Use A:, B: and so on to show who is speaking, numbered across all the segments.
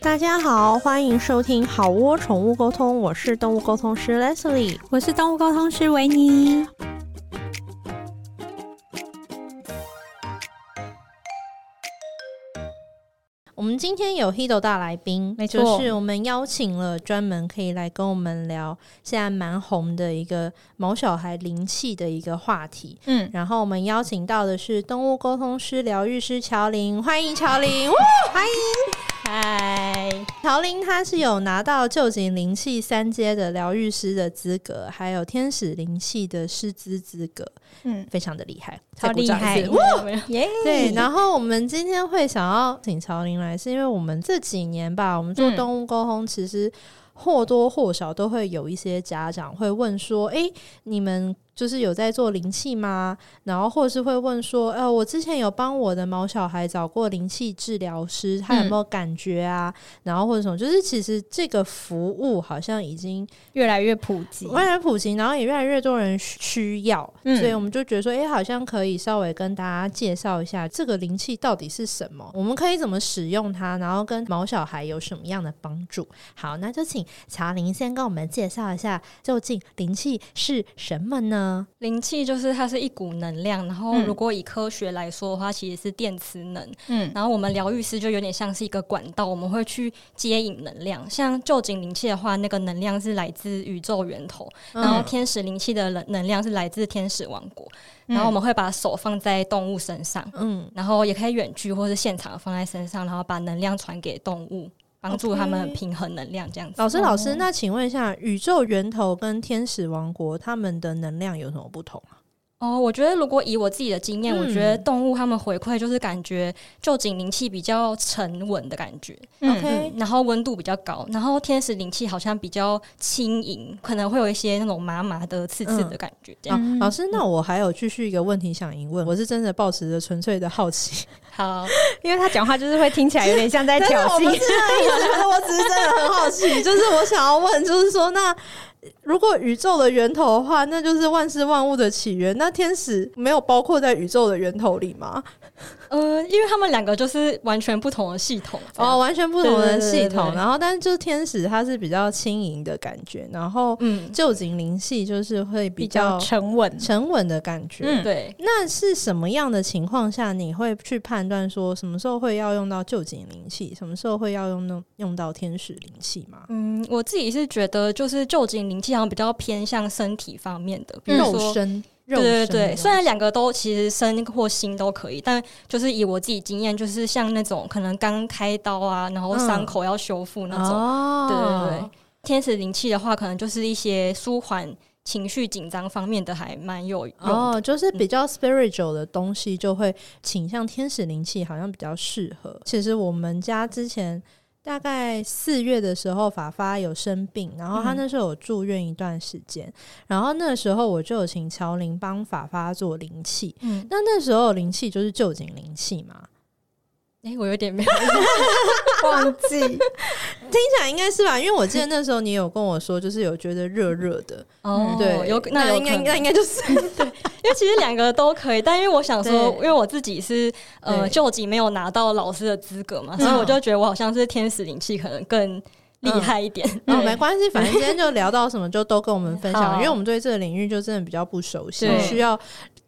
A: 大家好，欢迎收听好窝宠物沟通，我是动物沟通师 Leslie。
B: 我是动物沟通师维尼。
A: 我们今天有 Hido 大来宾，
B: 没错
A: 就是我们邀请了专门可以来跟我们聊现在蛮红的一个毛小孩灵气的一个话题。
B: 嗯，
A: 然后我们邀请到的是动物沟通师、疗愈师乔林，欢迎乔 林，哇欢迎。
B: 嗨，
A: 乔林他是有拿到旧景灵气三阶的疗愈师的资格，还有天使灵气的师资资格，
B: 嗯，
A: 非常的厉害，
B: 超
A: 再鼓
B: 厉
A: 掌一
B: 害
A: 次，
B: 耶！
A: 对，然后我们今天会想要请乔林来，是因为我们这几年吧，我们做
B: 嗯
A: 动物沟通，其实或多或少都会有一些家长会问说：“诶，你们就是有在做灵气吗？”然后或是会问说：“呃，我之前有帮我的毛小孩找过灵气治疗师，他有没有感觉啊？”然后或者什么，就是其实这个服务好像已经
B: 越来越普及，
A: 越来越普及，然后也越来越多人需要，
B: 嗯
A: 所以我们就觉得说，哎、好像可以稍微跟大家介绍一下这个灵气到底是什么，我们可以怎么使用它，然后跟毛小孩有什么样的帮助。好，那就请乔林先跟我们介绍一下，究竟灵气是什么呢？
C: 灵气就是它是一股能量，然后
B: 嗯
C: 如果以科学来说的话，其实是电磁能。
B: 嗯
C: 然后我们疗愈师就有点像是一个管道，我们会去接引能量。像旧景灵气的话，那个能量是来自宇宙源头，然后
A: 嗯
C: 天使灵气的能能量是来自天使王国。
B: 嗯
C: 然后我们会把手放在动物身上，
A: 嗯，
C: 然后也可以远距或是现场放在身上，然后把能量传给动物，帮助他们
A: OK
C: 平衡能量这样子。
A: 老师，老师，那请问一下，宇宙源头跟天使王国他们的能量有什么不同啊？
C: 哦，我觉得如果以我自己的经验，
A: 嗯
C: 我觉得动物它们回馈就是感觉旧景灵气比较沉稳的感觉，
A: OK
C: 嗯，然后温度比较高，然后天使灵气好像比较轻盈，可能会有一些那种麻麻的、刺刺的感觉。这样、
A: 啊，老师，那我还有继续一个问题想一问，我是真的抱持着纯粹的好奇，
C: 好，
B: 因为他讲话就是会听起来有点像在挑
A: 但是我不
B: 衅
A: 是，那意思，我只是真的很好奇，就是我想要问，就是说，那如果宇宙的源头的话，那就是万事万物的起源，那天使没有包括在宇宙的源头里吗？
C: 呃，因为他们两个就是完全不同的系统。
A: 哦，
C: 哦，
A: 完全不同的系
C: 对对对
A: 统。
C: 对
A: 然后，但是就是天使，它是比较轻盈的感觉，然后
C: 嗯，
A: 旧景灵系就是会比
B: 比较嗯
A: 较
B: 沉稳。
A: 沉稳的感觉。
B: 嗯
C: 对，
A: 那是什么样的情况下，你会去判断说什么时候会要用到旧景灵气，什么时候会要用到用到天使灵气吗？
C: 嗯，我自己是觉得就是旧景灵气好像比较偏向身体方面的，比如说。
A: 嗯肉身，肉
C: 对对
A: 身
C: 对，
A: 的
C: 虽然两个都其实身或心都可以，但就是以我自己经验，就是像那种可能刚开刀啊，然后伤口要修复那种，
A: 嗯
C: 对
A: 哦，
C: 对对。天使灵气的话，可能就是一些舒缓情绪紧张方面的，还蛮有用的。
A: 哦，就是比较 spiritual 的东西，就会倾向天使灵气，好像比较适合。其实我们家之前大概四月的时候，法发有生病，然后他
C: 嗯
A: 那时候有住院一段时间，然后那时候我就有请乔林帮法发做灵气。
C: 嗯，
A: 那那时候灵气就是旧景灵气嘛，
C: 哎、我有 点没
B: 忘记，
A: 听起来应该是吧？因为我记得那时候你有跟我说，就是有觉得热热的，
C: 哦，
A: 嗯对，
C: 有那有
A: 应该
C: 可能
A: 那应该就是
C: 因为其实两个都可以，但因为我想说
A: 对，
C: 因为我自己是呃
A: 对嗯
C: 救急没有拿到老师的资格嘛，所以我就觉得我好像是天使灵气可能更厉害一点。嗯
A: 哦，
C: 对
A: 没关系，反正今天就聊到什么就都跟我们分享，
C: 好
A: 因为我们对这个领域就真的比较不熟悉，
C: 对
A: 需要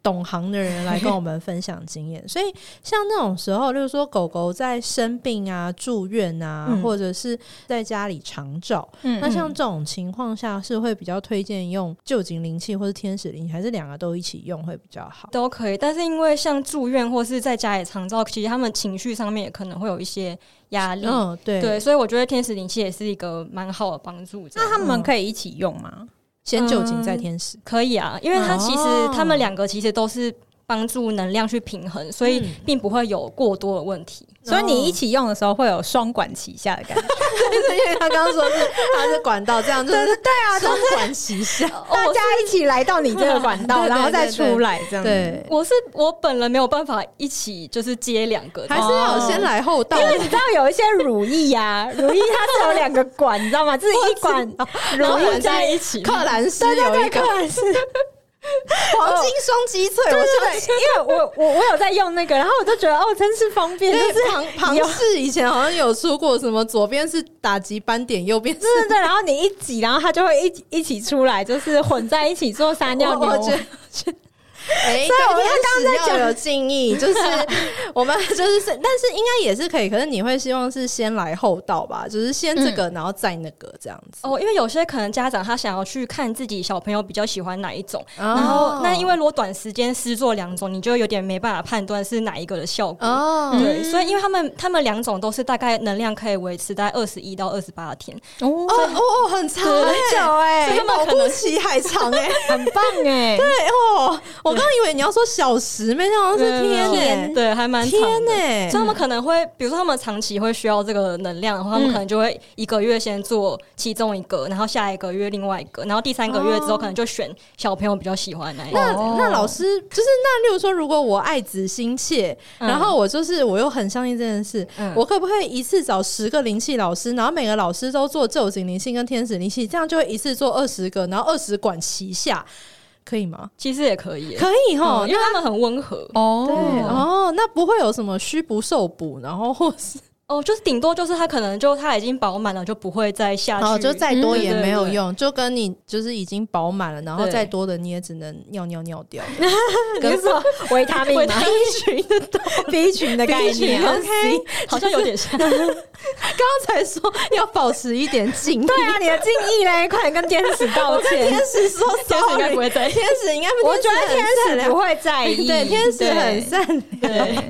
A: 懂行的人来跟我们分享经验。所以像那种时候，例如说狗狗在生病啊、住院啊，
C: 嗯
A: 或者是在家里长照，那
B: 嗯，
A: 像这种情况下是会比较推荐用旧景灵气或是天使灵气，还是两个都一起用会比较好？
C: 都可以，但是因为像住院或是在家里长照，其实他们情绪上面也可能会有一些压力，
A: 嗯，对，
C: 对，所以我觉得天使灵气也是一个蛮好的帮助这样。
B: 那
A: 嗯
B: 他们可以一起用吗？
A: 先旧景再天使。
C: 可以啊，因为它其实、
A: 哦
C: 他们两个其实都是帮助能量去平衡，所以
A: 嗯
C: 并不会有过多的问题。
B: 所以你一起用的时候会有双管齐下的感 觉，
A: 对，因为他刚刚说是他是管道，这样就是对啊，双管齐 下。
B: 大家一起来到你这个管 道，
A: 对对
B: 然后再出来这样。，
A: 对，
C: 我是我本人没有办法一起就是接两个，
A: 还是要有先来后到。
B: 哦因为你知道有一些乳液呀、 乳液它是有两个 管，你知道吗？这是一管，
A: 然后
B: 乳液
C: 在一起。
A: 克兰斯有一个，哦
B: 克兰斯，
A: 黄金双击脆，我相信。
B: 因为我我我有在用那个，然后我就觉得哦，真是方便，
A: 因
B: 就是
A: 为庞
B: 有
A: 庞氏以前好像有出过什么，左边是打击斑点，右 边是
B: 对对对，然后你一挤，然后它就会一起一起出来，就是混在一起做撒尿
A: 我
B: 牛。
A: 我觉得。 哎，
B: 所以我
A: 对
B: 刚刚在
A: 天使
B: 讲
A: 要有敬意， 就是我们就是 是，但是应该也是可以。可是你会希望是先来后到吧？就是先这
B: 嗯
A: 个，然后再那个这样子。
C: 哦，因为有些可能家长他想要去看自己小朋友比较喜欢哪一种，
A: 然
C: 然后那因为如果短时间施做两种，你就有点没办法判断是哪一个的效果。
A: 哦，
B: 嗯
C: 对，所以因为他们他们两种都是大概能量可以维持在二十一到二十八天，
B: 哦
A: 哦哦哦，很长
B: 很
A: 很
B: 久哎、
A: 比
C: 他们
A: 毛
C: 可能
A: 不齐还长哎、
B: 很棒 哎、
A: 对哦，我刚以为你要说小时，没想到是
C: 嗯
A: 天欸呢、
C: 对，还蛮长的
A: 天呢、欸
C: 所以他们可能会，比如说他们长期会需要这个能量的话，他们可能就会一个月先做其中一个，然后下一个月另外一个，然后第三个月之后可能就选小朋友比较喜欢的那一
A: 那、
C: 个。
A: 那老师就是那，例如说，如果我爱子心切，
C: 嗯
A: 然后我就是我又很相信这件事，
C: 嗯
A: 我可不可以一次找十个灵气老师，然后每个老师都做旧景灵气跟天使灵气，这样就会一次做二十个，然后二十管齐下，可以吗？
C: 其实也可以耶，
A: 可以
C: 嗯
A: 哈，
C: 因为他们很温和。
B: 哦
A: 对哦，那不会有什么虚不受补，然后或是
C: 哦，就是顶多就是他可能就他已经饱满了，就不会再下去。
A: 然后就再多
C: 嗯
A: 也
C: 对
A: 没有
C: 对
A: 用，就跟你就是已经饱满了，然后
C: 对
A: 再多的你也只能尿尿尿掉。
B: 你是说维他命
C: 维
B: 吗
C: 他
B: ？B 群的 B 群的概
A: B 群
B: 念
A: OK
C: 好像有点像。
A: 刚才说要保持一点静，
B: 对啊，你的敬意嘞，快点跟天使道
A: 天
B: 歉。
A: 使 说
C: 天使应该
A: sorry，
C: 不会在意
A: 天使应该不，
B: 我觉得天
A: 很善
B: 使
A: 良
B: 不会在意，
A: 对天使很
B: 对
A: 善良，
C: 对，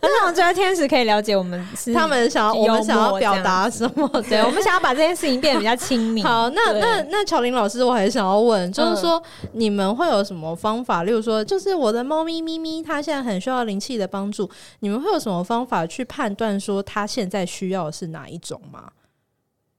B: 但是我觉得天使可以了解我们是
A: 他们想要我们
B: 幽默
A: 想要表达什么？
B: 对我们想要把这件事情变得比较亲民。
A: 好，那
C: 对
A: 那那巧玲老师，我还想要问，就是说、你们会有什么方法？例如说，就是我的猫咪咪咪，它现在很需要灵气的帮助，你们会有什么方法去判断说它现在需要的是哪一种吗？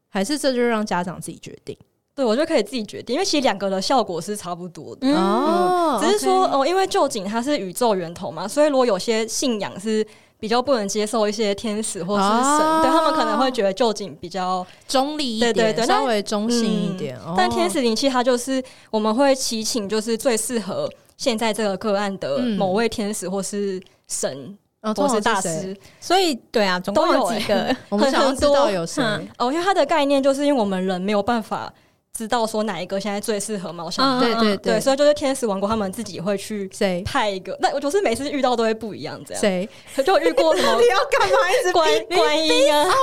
A: 还是这就让家长自己决定？
C: 对我就可以自己决定，因为其实两个的效果是差不多的。
B: 嗯
A: 哦
C: 只是说，哦，因为旧景它是宇宙源头嘛，所以如果有些信仰是比较不能接受一些天使或是神，
A: 哦
C: 对他们可能会觉得旧景比较
A: 中立一点，
C: 对对对
A: 稍
C: 那嗯
A: 微中性一点。哦
C: 但天使灵气它就是我们会祈请，就是最适合现在这个个案的
A: 嗯
C: 某位天使或是神、
A: 哦，
C: 或
A: 通
C: 是
A: 常
C: 大
A: 谁，
C: 师。
B: 所以对啊，总共
C: 都有
A: 欸
B: 有几个？
A: 我们想要
C: 很
A: 知
C: 多
A: 道有谁。
B: 嗯
C: 哦，因为它的概念就是因为我们人没有办法知道说哪一个现在最适合猫小
B: 嗯
C: 孩，
A: 对对
C: 对，所以就是天使王国他们自己会去
A: 谁
C: 派一个。那我就是每次遇到都会不一样，这样
A: 谁？
C: 就遇过什 么
A: 你要干嘛？一直
C: 观
A: 逼
C: 观音啊，
A: 观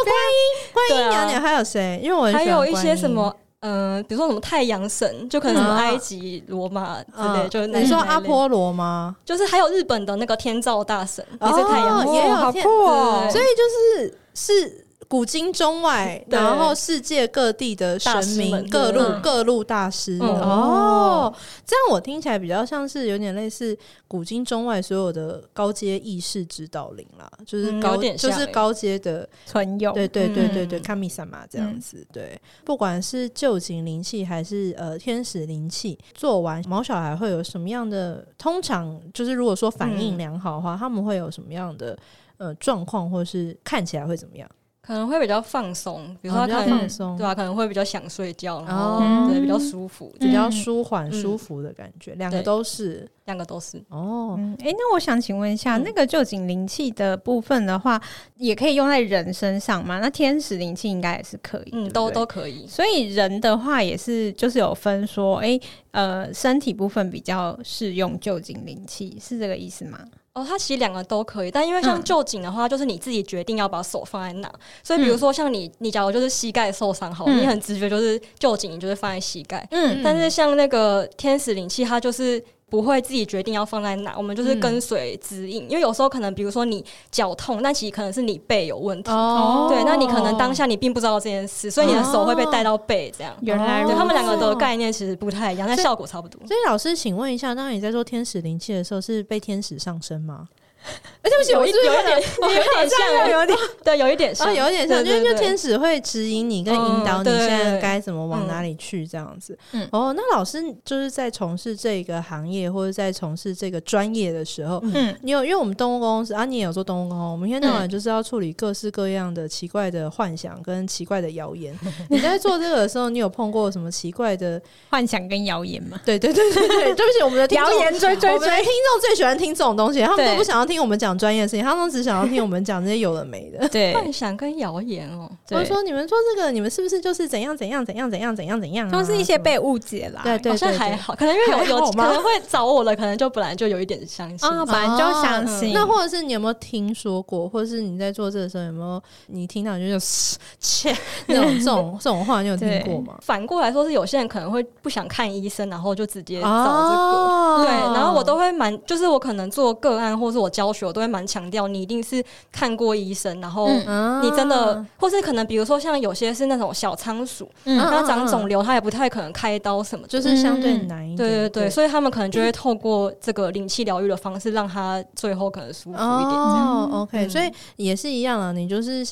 C: 对
A: 音
C: 啊
A: 娘娘还有谁？因为我很喜欢
C: 还有一些
A: 观
C: 什
A: 音
C: 么，嗯、比如说什么太阳神，就可能什么
A: 嗯
C: 埃及、罗马之类，
A: 嗯
C: 就是那
A: 你说
C: 那一
A: 阿
C: 类，
A: 波罗吗？
C: 就是还有日本的那个天照大神也是太阳
A: 哦
C: 神，
A: 也有
B: 好
A: 天
B: 酷哦
C: 对！
A: 所以就是是古今中外，
C: 对
A: 然后世界各地的神
C: 大师
A: 明、
C: 们
A: 各路、
C: 嗯
A: 各路大师、
C: 嗯
A: 哦，这样我听起来比较像是有点类似古今中外所有的高阶意识指导灵啦，就是
C: 嗯
A: 高、
C: 有点
A: 就
C: 像
A: 是
C: 欸
A: 高阶的，
B: 纯友
A: 对对对对对，
C: 嗯
A: 卡米萨玛这样子，对，不管是旧景灵气还是呃天使灵气，做完毛小孩会有什么样的？通常就是如果说反应
C: 嗯
A: 良好的话，他们会有什么样的呃状况，或是看起来会怎么样？
C: 可能会比较放松，比如说
A: 啊
C: 他
A: 比较
C: 可能、
A: 放松，
C: 对吧、可能会比较想睡觉，然后、
A: 哦
C: 对比较舒服，
A: 比较
B: 嗯
A: 舒缓、
C: 嗯
A: 舒服的感觉，两个
C: 对
A: 都是
C: 两个都是。
A: 哦。
B: 嗯，哎、那我想请问一下，
C: 嗯
B: 那个旧景灵气的部分的话，也可以用在人身上吗？那天使灵气应该也是可以，
C: 嗯，
B: 对不
C: 都
B: 对
C: 都。可以。
B: 所以人的话也是，就是有分说，哎、呃，身体部分比较适用旧景灵气，是这个意思吗？
C: 哦，它其实两个都可以，但因为像
B: 嗯
C: 旧景的话，就是你自己决定要把手放在哪。所以比如说像你，你假如就是膝盖受伤好了，
B: 嗯
C: 你很直觉就是旧景，你就是放在膝盖。
B: 嗯
C: 但是像那个天使灵气，它就是不会自己决定要放在哪，我们就是跟随指引。因为有时候可能，比如说你脚痛，但其实可能是你背有问题。
A: 哦
C: 嗯对，那你可能当下你并不知道这件事，所以你的手会被带到背这样。
A: 哦
B: 原来如
C: 对
B: 此，
C: 他们两个的概念其实不太一样，但
A: 所以
C: 效果差不多。
A: 所以老师，请问一下，当你在做天使灵气的时候，是被天使上身吗？哎，对不起，
C: 有
A: 我
C: 一
A: 是不是
C: 有一
A: 问了
C: 点，啊有一点像，有点对，有一点
A: 啊，
C: 像，
A: 有点像，因
C: 对
A: 为
C: 对
A: 就
C: 对
A: 天使会指引你跟引导
C: 嗯
A: 你
C: 对
A: 现在
C: 对
A: 该怎么往
C: 嗯
A: 哪里去这样子。
B: 哦嗯
A: 哦，那老师就是在从事这个行业或者在从事这个专业的时候，
B: 嗯，
A: 你有因为我们动物公司啊，你也有做动物公司，我们一天到晚就是要处理各式各样的奇怪的幻想跟奇怪的谣言。你在做这个的时候，你有碰过什么奇怪的？
B: 幻想跟谣言嘛，
A: 对对对对对，对不起，我们的听众
B: 谣言追追
A: 我们的
B: 追
A: 听众最喜欢听这种东西，他们都
B: 对
A: 不想要听我们讲专业的事情，他们只想要听我们讲这些有的没的。
B: 对，
C: 幻想跟谣言哦。
A: 或
B: 对
A: 者说你们做这个，你们是不是就是怎样怎样怎样怎样怎样怎样、啊？
B: 都是一些
A: 什么
B: 被误解啦，
A: 对对对
C: 好像
A: 对
C: 还好，可能因为有
A: 还好
C: 有可
A: 吗
C: 能会找我的，可能就本来就有一点相信。
B: 啊，本来就相信，
A: 那或者是你有没有听说过，或者是你在做这个时候有没有你听到你就切切那种这种这种话，你有听过 吗？
C: 反过来说是有些人可能会不想看医生，然后就直接找这个。
A: 哦
C: 对，然后我都会蛮，就是我可能做个案或是我教学，我都会蛮强调你一定是看过医生，然后
B: 嗯
A: 啊
C: 你真的，或是可能比如说像有些是那种小仓鼠，
A: 嗯
C: 它长肿瘤，它也不太可能开刀什么的。
A: 就是相对
B: 嗯
A: 难一点，
C: 对
A: 对
C: 对对，，所以他们可能就会透过这个灵气疗愈的方式，让他最后可能舒服一点。
A: 哦
B: 样
A: ，OK，
C: 嗯
A: 所以也是一样啊，你就是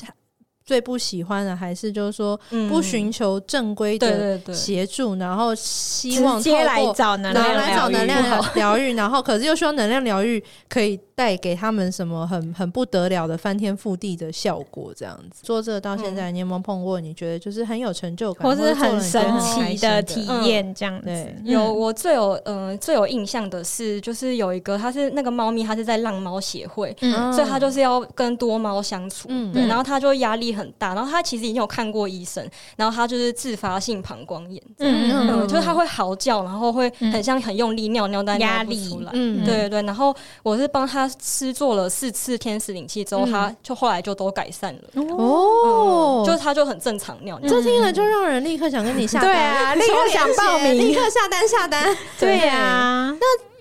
A: 最不喜欢的还是就是说
C: 嗯
A: 不寻求正规
C: 对
A: 的
C: 对对，
A: 协助，然后希望
B: 直接
A: 透
B: 来
A: 过
B: 找能
A: 然后
B: 量
A: 来找
B: 疗
A: 能
B: 愈
A: 量疗疗 愈，然后可是又希望能量疗愈可以带给他们什么很很不得了的翻天覆地的效果，这样子。做这个到现在，你有没有碰过？你觉得就是很有成就感，
B: 或
A: 者
B: 是很神
A: 做了你觉得很开
B: 奇
A: 心的
B: 体
C: 嗯
B: 验这样子
A: 对，
B: 嗯
C: 有我最有嗯、呃最有印象的是，就是有一个它是那个猫咪，它是在浪猫协会，
A: 嗯
C: 所以它就是要跟多猫相处。
A: 嗯
C: 对，
B: 嗯
C: 然后它就压力很大，然后它其实已经有看过医生，然后它就是自发性膀胱炎，
A: 嗯
C: 嗯，就是它会嚎叫，然后会很像很用力尿尿，但
B: 压
C: 尿不
B: 力
C: 出来。
A: 嗯
C: 对对对，然后我是帮它吃做了四次天使灵气之后，
A: 嗯
C: 它就后来就都改善了，嗯
A: 哦，
C: 就是它就很正常尿尿。
A: 这听了就让人立刻想跟你下单，
B: 对啊立刻
A: 说
B: 想
A: 谢谢
B: 报名
A: 立 刻下单下单。
B: 对啊呀，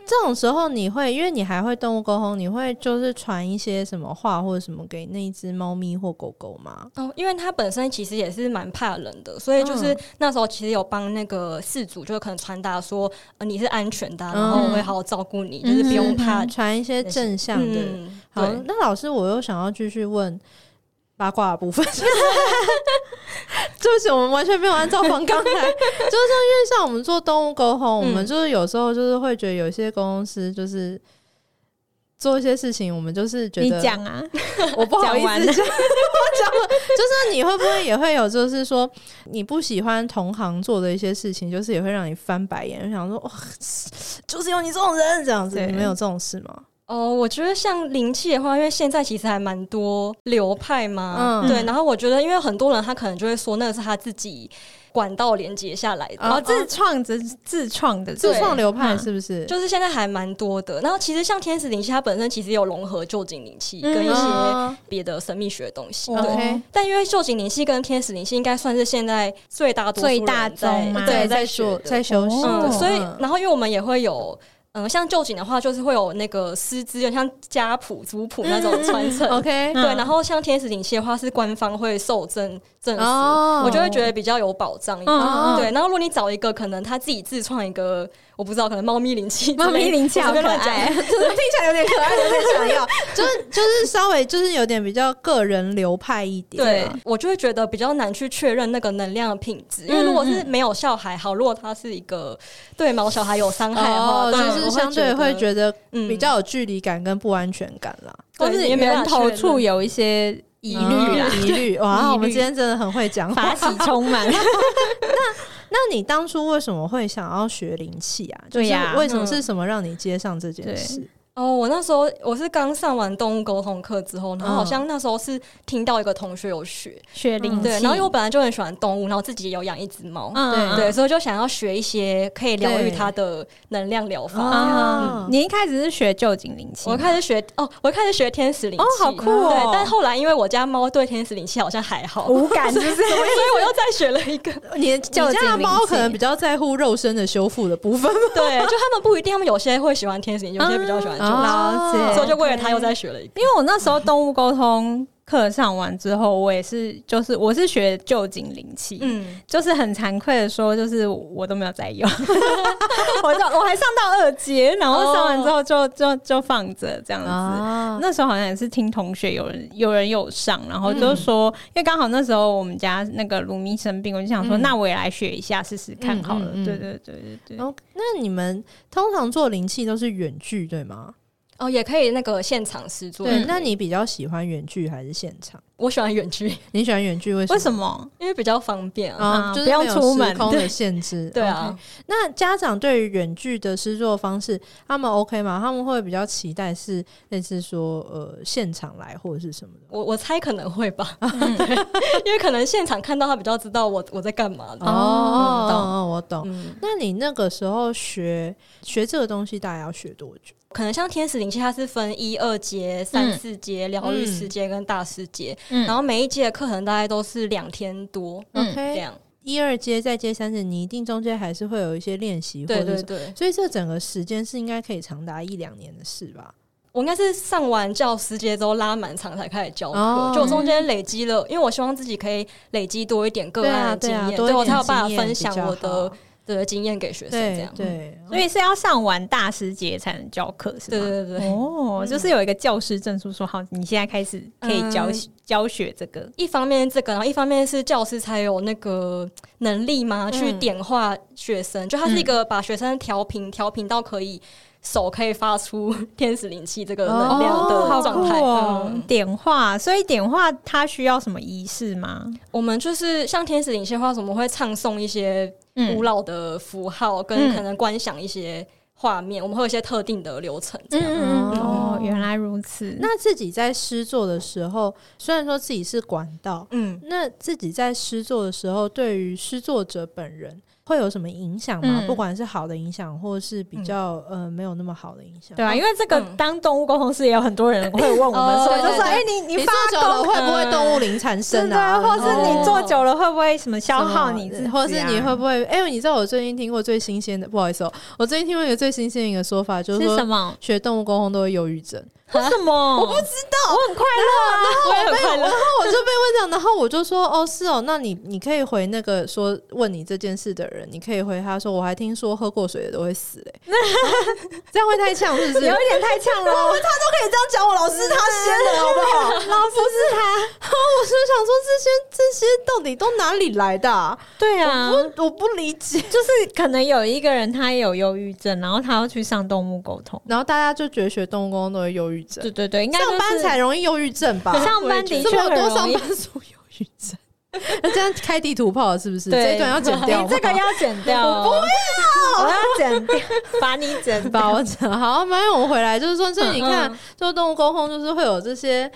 A: 这种时候你会，因为你还会动物沟通，你会就是传一些什么话或者什么给那一只猫咪或狗狗吗？
C: 哦，因为它本身其实也是蛮怕冷的，所以就是
A: 嗯
C: 那时候其实有帮那个事主，就是可能传达说、呃、你是安全
A: 嗯
C: 的啊、然后我会好好照顾你，就是不用怕。
A: 传一些正向的。
C: 嗯，
A: 好
C: 对，，
A: 那老师，我又想要继续问八卦的部 分。 就是我们完全没有按照方 刚来，就是说，因为像我们做动物沟通，我们
C: 嗯
A: 就是有时候就是会觉得有一些公司就是做一些事情，我们就是觉
B: 你
A: 得
B: 讲啊，
A: 我不好意
B: 讲完
A: 思
B: 了
A: 讲， 我讲了，就是你会不会也会有，就是说你不喜欢同行做的一些事情，就是也会让你翻白眼，就想说哇，就是有你这种人这样子，
B: 对
A: 你们有这种事吗？
C: 哦，我觉得像灵气的话，因为现在其实还蛮多流派嘛，
A: 嗯
C: 对。然后我觉得，因为很多人他可能就会说那个是他自己管道连接下来的，
A: 哦
B: 哦，自创自自创的
A: 自创流派
B: 嗯
A: 是不是？
C: 就是现在还蛮多的。然后其实像天使灵气，它本身其实有融合旧景灵气跟一些
A: 哦
C: 别的神秘学的东西，
B: 哦
C: 对。
A: OK，
C: 但因为旧景灵气跟天使灵气应该算是现在最大多数人
B: 最大宗吗
C: 在
A: 对，
C: 对
A: 在
C: 学
A: 说
C: 的
A: 在休息
B: 哦
A: 的，
C: 嗯，所以
A: 嗯
C: 然后因为我们也会有。嗯，像旧景的话，就是会有那个师资，有点像家谱、族谱那种传承。
A: OK，
C: 对，
B: 嗯
C: 然后像天使灵气的话，是官方会受证证书，
A: 哦
C: 我就会觉得比较有保障一点。
B: 嗯嗯嗯
C: 对，然后如果你找一个可能他自己自创一个，我不知道，可能猫咪灵气之类的，
B: 猫咪灵气
C: 我
B: 好
C: 随
B: 可
C: 便乱 讲
B: 爱，
A: 听起来有点可爱，有点想要，就是就是稍微就是有点比较个人流派一点
C: 对
A: 啊，，嗯
C: 我就会觉得比较难去确认那个能量的品质，因为如果是没有效还好，如果它是一个对毛小孩有伤害的话，
A: 哦，
C: 当然
A: 就是
C: 我
A: 相对会
C: 得
A: 觉得
C: 嗯
A: 比较有距离感跟不安全感啦。
B: 或
C: 对
B: 是
C: 也没办
B: 源
C: 法
B: 头
C: 确
B: 处
C: 认
B: 有一些疑虑啦，嗯
A: 疑虑哇！
B: 疑虑
A: 我们今天真的很会讲 话。
B: 法喜充满，
A: 那你当初为什么会想要学灵气啊？就是
B: 对呀
A: 为什么是什么让你接上这件事？
C: 哦，我那时候我是刚上完动物沟通课之后，然后好
A: 嗯
C: 像那时候是听到一个同学有学，
B: 学灵
C: 对，
B: 气
C: 然后因为我本来就很喜欢动物，然后自己也有养一只猫，
B: 嗯
C: 对，所以就想要学一些可以疗
A: 对
C: 愈它的能量疗法。
A: 啊
B: 嗯，你一开始是学旧景灵气吗，
C: 我开始学哦，我开始学天使灵气，
B: 哦好酷哦
C: 对，但后来因为我家猫对天使灵气好像还好，
B: 无感，就是
C: 所以我又再学了一个。
A: 你的你家
B: 就近
A: 的
B: 灵
A: 猫
B: 气
A: 可能比较在乎肉身的修复的部分吧。
C: 对，就他们不一定，他们有些会喜欢天使，有些比较喜欢
A: 啊
C: 九
B: 哦了解
C: 所以就为了他又再学了一个。
B: 因为我那时候动物沟通课上完之后，我也是就是我是学旧景灵气，
C: 嗯，
B: 就是很惭愧的说，就是我都没有在用， 我到我还上到二阶，然后上完之后就、就就放着这样子。
A: 啊，
B: 那时候好像也是听同学有人有人有上，然后就说，因为刚好那时候我们家那个卢咪生病，我就想说，
A: 嗯
B: 那我也来学一下试试看好了。
A: 嗯嗯嗯
B: 对对对对对，
A: 哦那你们通常做灵气都是远距对吗？
C: 哦，也可以那个现场试做。
A: 对，那你比较喜欢远距还是现场？
C: 我喜欢远距，
A: 你喜欢远距为什么？
B: 为什么？
C: 因为比较方便啊。
A: 啊，
B: 啊
A: 就是
B: 不要
A: 没有
B: 出门
A: 时空的限制。
C: 对啊
A: OK，那家长对于远距的施作方式，他们 OK 吗？他们会比较期待是类似说呃现场来或者是什么的。
C: 我我猜可能会 吧，
A: 嗯
C: 因为可能现场看到他比较知道我我在干嘛的。
A: 哦哦，
C: 嗯懂
A: 哦我懂。
C: 嗯，
A: 那你那个时候学学这个东西，大概要学多久？
C: 可能像天使灵气，它是分一二阶、三四阶、疗愈师阶跟大师阶，
B: 嗯
C: 然后每一阶的课程大概都是两天多
A: 嗯 OK
C: 这样。
A: 一二阶再阶三阶，你一定中间还是会有一些练习，
C: 对对
A: 对。
C: 对，
A: 所以这整个时间是应该可以长达一两年的事吧？
C: 我应该是上完教师节之后拉满场才开始教课，
A: 哦
C: 就我中间累积了，因为我希望自己可以累积多一点个案的经
A: 对啊，
C: 验，
A: 对啊，
C: 所
A: 多一
C: 以我
A: 点
C: 才有办
A: 经
C: 法
A: 验
C: 分
A: 比
C: 享
A: 较
C: 我的
A: 好
C: 的经验给学生这
A: 对
C: 样。
A: 对，
B: 所以是要上完大师节才能教课，是
C: 对
B: 吗？
C: 对对对，
B: 哦，就是有一个教师证书说，好，你现在开始可以教、
C: 嗯
B: 教学这个。
C: 一方面这个，然后一方面是教师才有那个能力嘛，去点化学生，就他
A: 嗯
C: 是一个把学生调频调频到可以手可以发出天使灵气这个能量
A: 哦
C: 的
B: 好
C: 状
B: 酷
C: 态。
B: 哦！
C: 嗯
B: 点化，所以点化它需要什么仪式吗？
C: 我们就是像天使灵气的话，我们会唱诵一些
A: 嗯
C: 古老的符号，跟
B: 嗯
C: 可能观想一些画面，我们会有一些特定的流程这
B: 嗯
C: 样。
B: 嗯嗯嗯，
A: 哦
B: 哦，原来如此。
A: 那自己在诗作的时候，虽然说自己是管道，
C: 嗯，
A: 那自己在诗作的时候，对于诗作者本人会有什么影响吗？
B: 嗯
A: 不管是好的影响，或是比较、呃没有那么好的影响。
B: 对啊，因为这个
C: 嗯
B: 当动物沟通师也有很多人会问我 们说，
C: 哦
B: 就说
C: 对
B: 哎
C: 对，
B: 你
A: 你
B: 发
A: 做久了
B: 功
A: 会不
C: 嗯
A: 会动物灵产生啊？
B: 对，或是
A: 然后
B: 你做久了会不会哦什么消耗你自己
A: 什么
B: 啊，
A: 或是你会不会？哎、你知道我最近听过最新鲜的，不好意思、哦，我最近听过一个最新鲜的一个说法，就是
B: 是什
A: 说
B: 么？
A: 学动物沟通都会忧郁症。
B: 为什么？我不知道，我很快
C: 我也很快乐。
A: 我就被问到，然后我就说：“哦，是哦，那你你可以回那个说问你这件事的人，你可以回他说，我还听说喝过水的都会死 嘞、欸这样会太呛是不是？
B: 有一点太呛了。
A: 可以这样讲，我老师他先的好不 好？老师是他，我是想说这些这些到底都哪里来的、啊？
B: 对啊，
A: 我不理解。
B: 就是可能有一个人他也有忧郁症，然后他要去上动物沟通。
A: 然后大家就觉得学动物工都会忧郁症
B: 对，对对，应该就
A: 上班
B: 是
A: 才容易忧郁症 吧？
B: 上班的
A: 这
B: 确
A: 么
B: 很
A: 多
B: 容
A: 上
B: 易。
A: 班族忧郁症。 那这样开地图炮了是不是？
B: 对
A: 这一段要剪掉吗，
B: 你这个要剪 掉，我不要，我要剪掉，把你剪
A: 把
B: 掉。
A: 我讲 好，反正我们回来就是说，所以你看，
B: 嗯嗯
A: 做动物沟通就是会有这些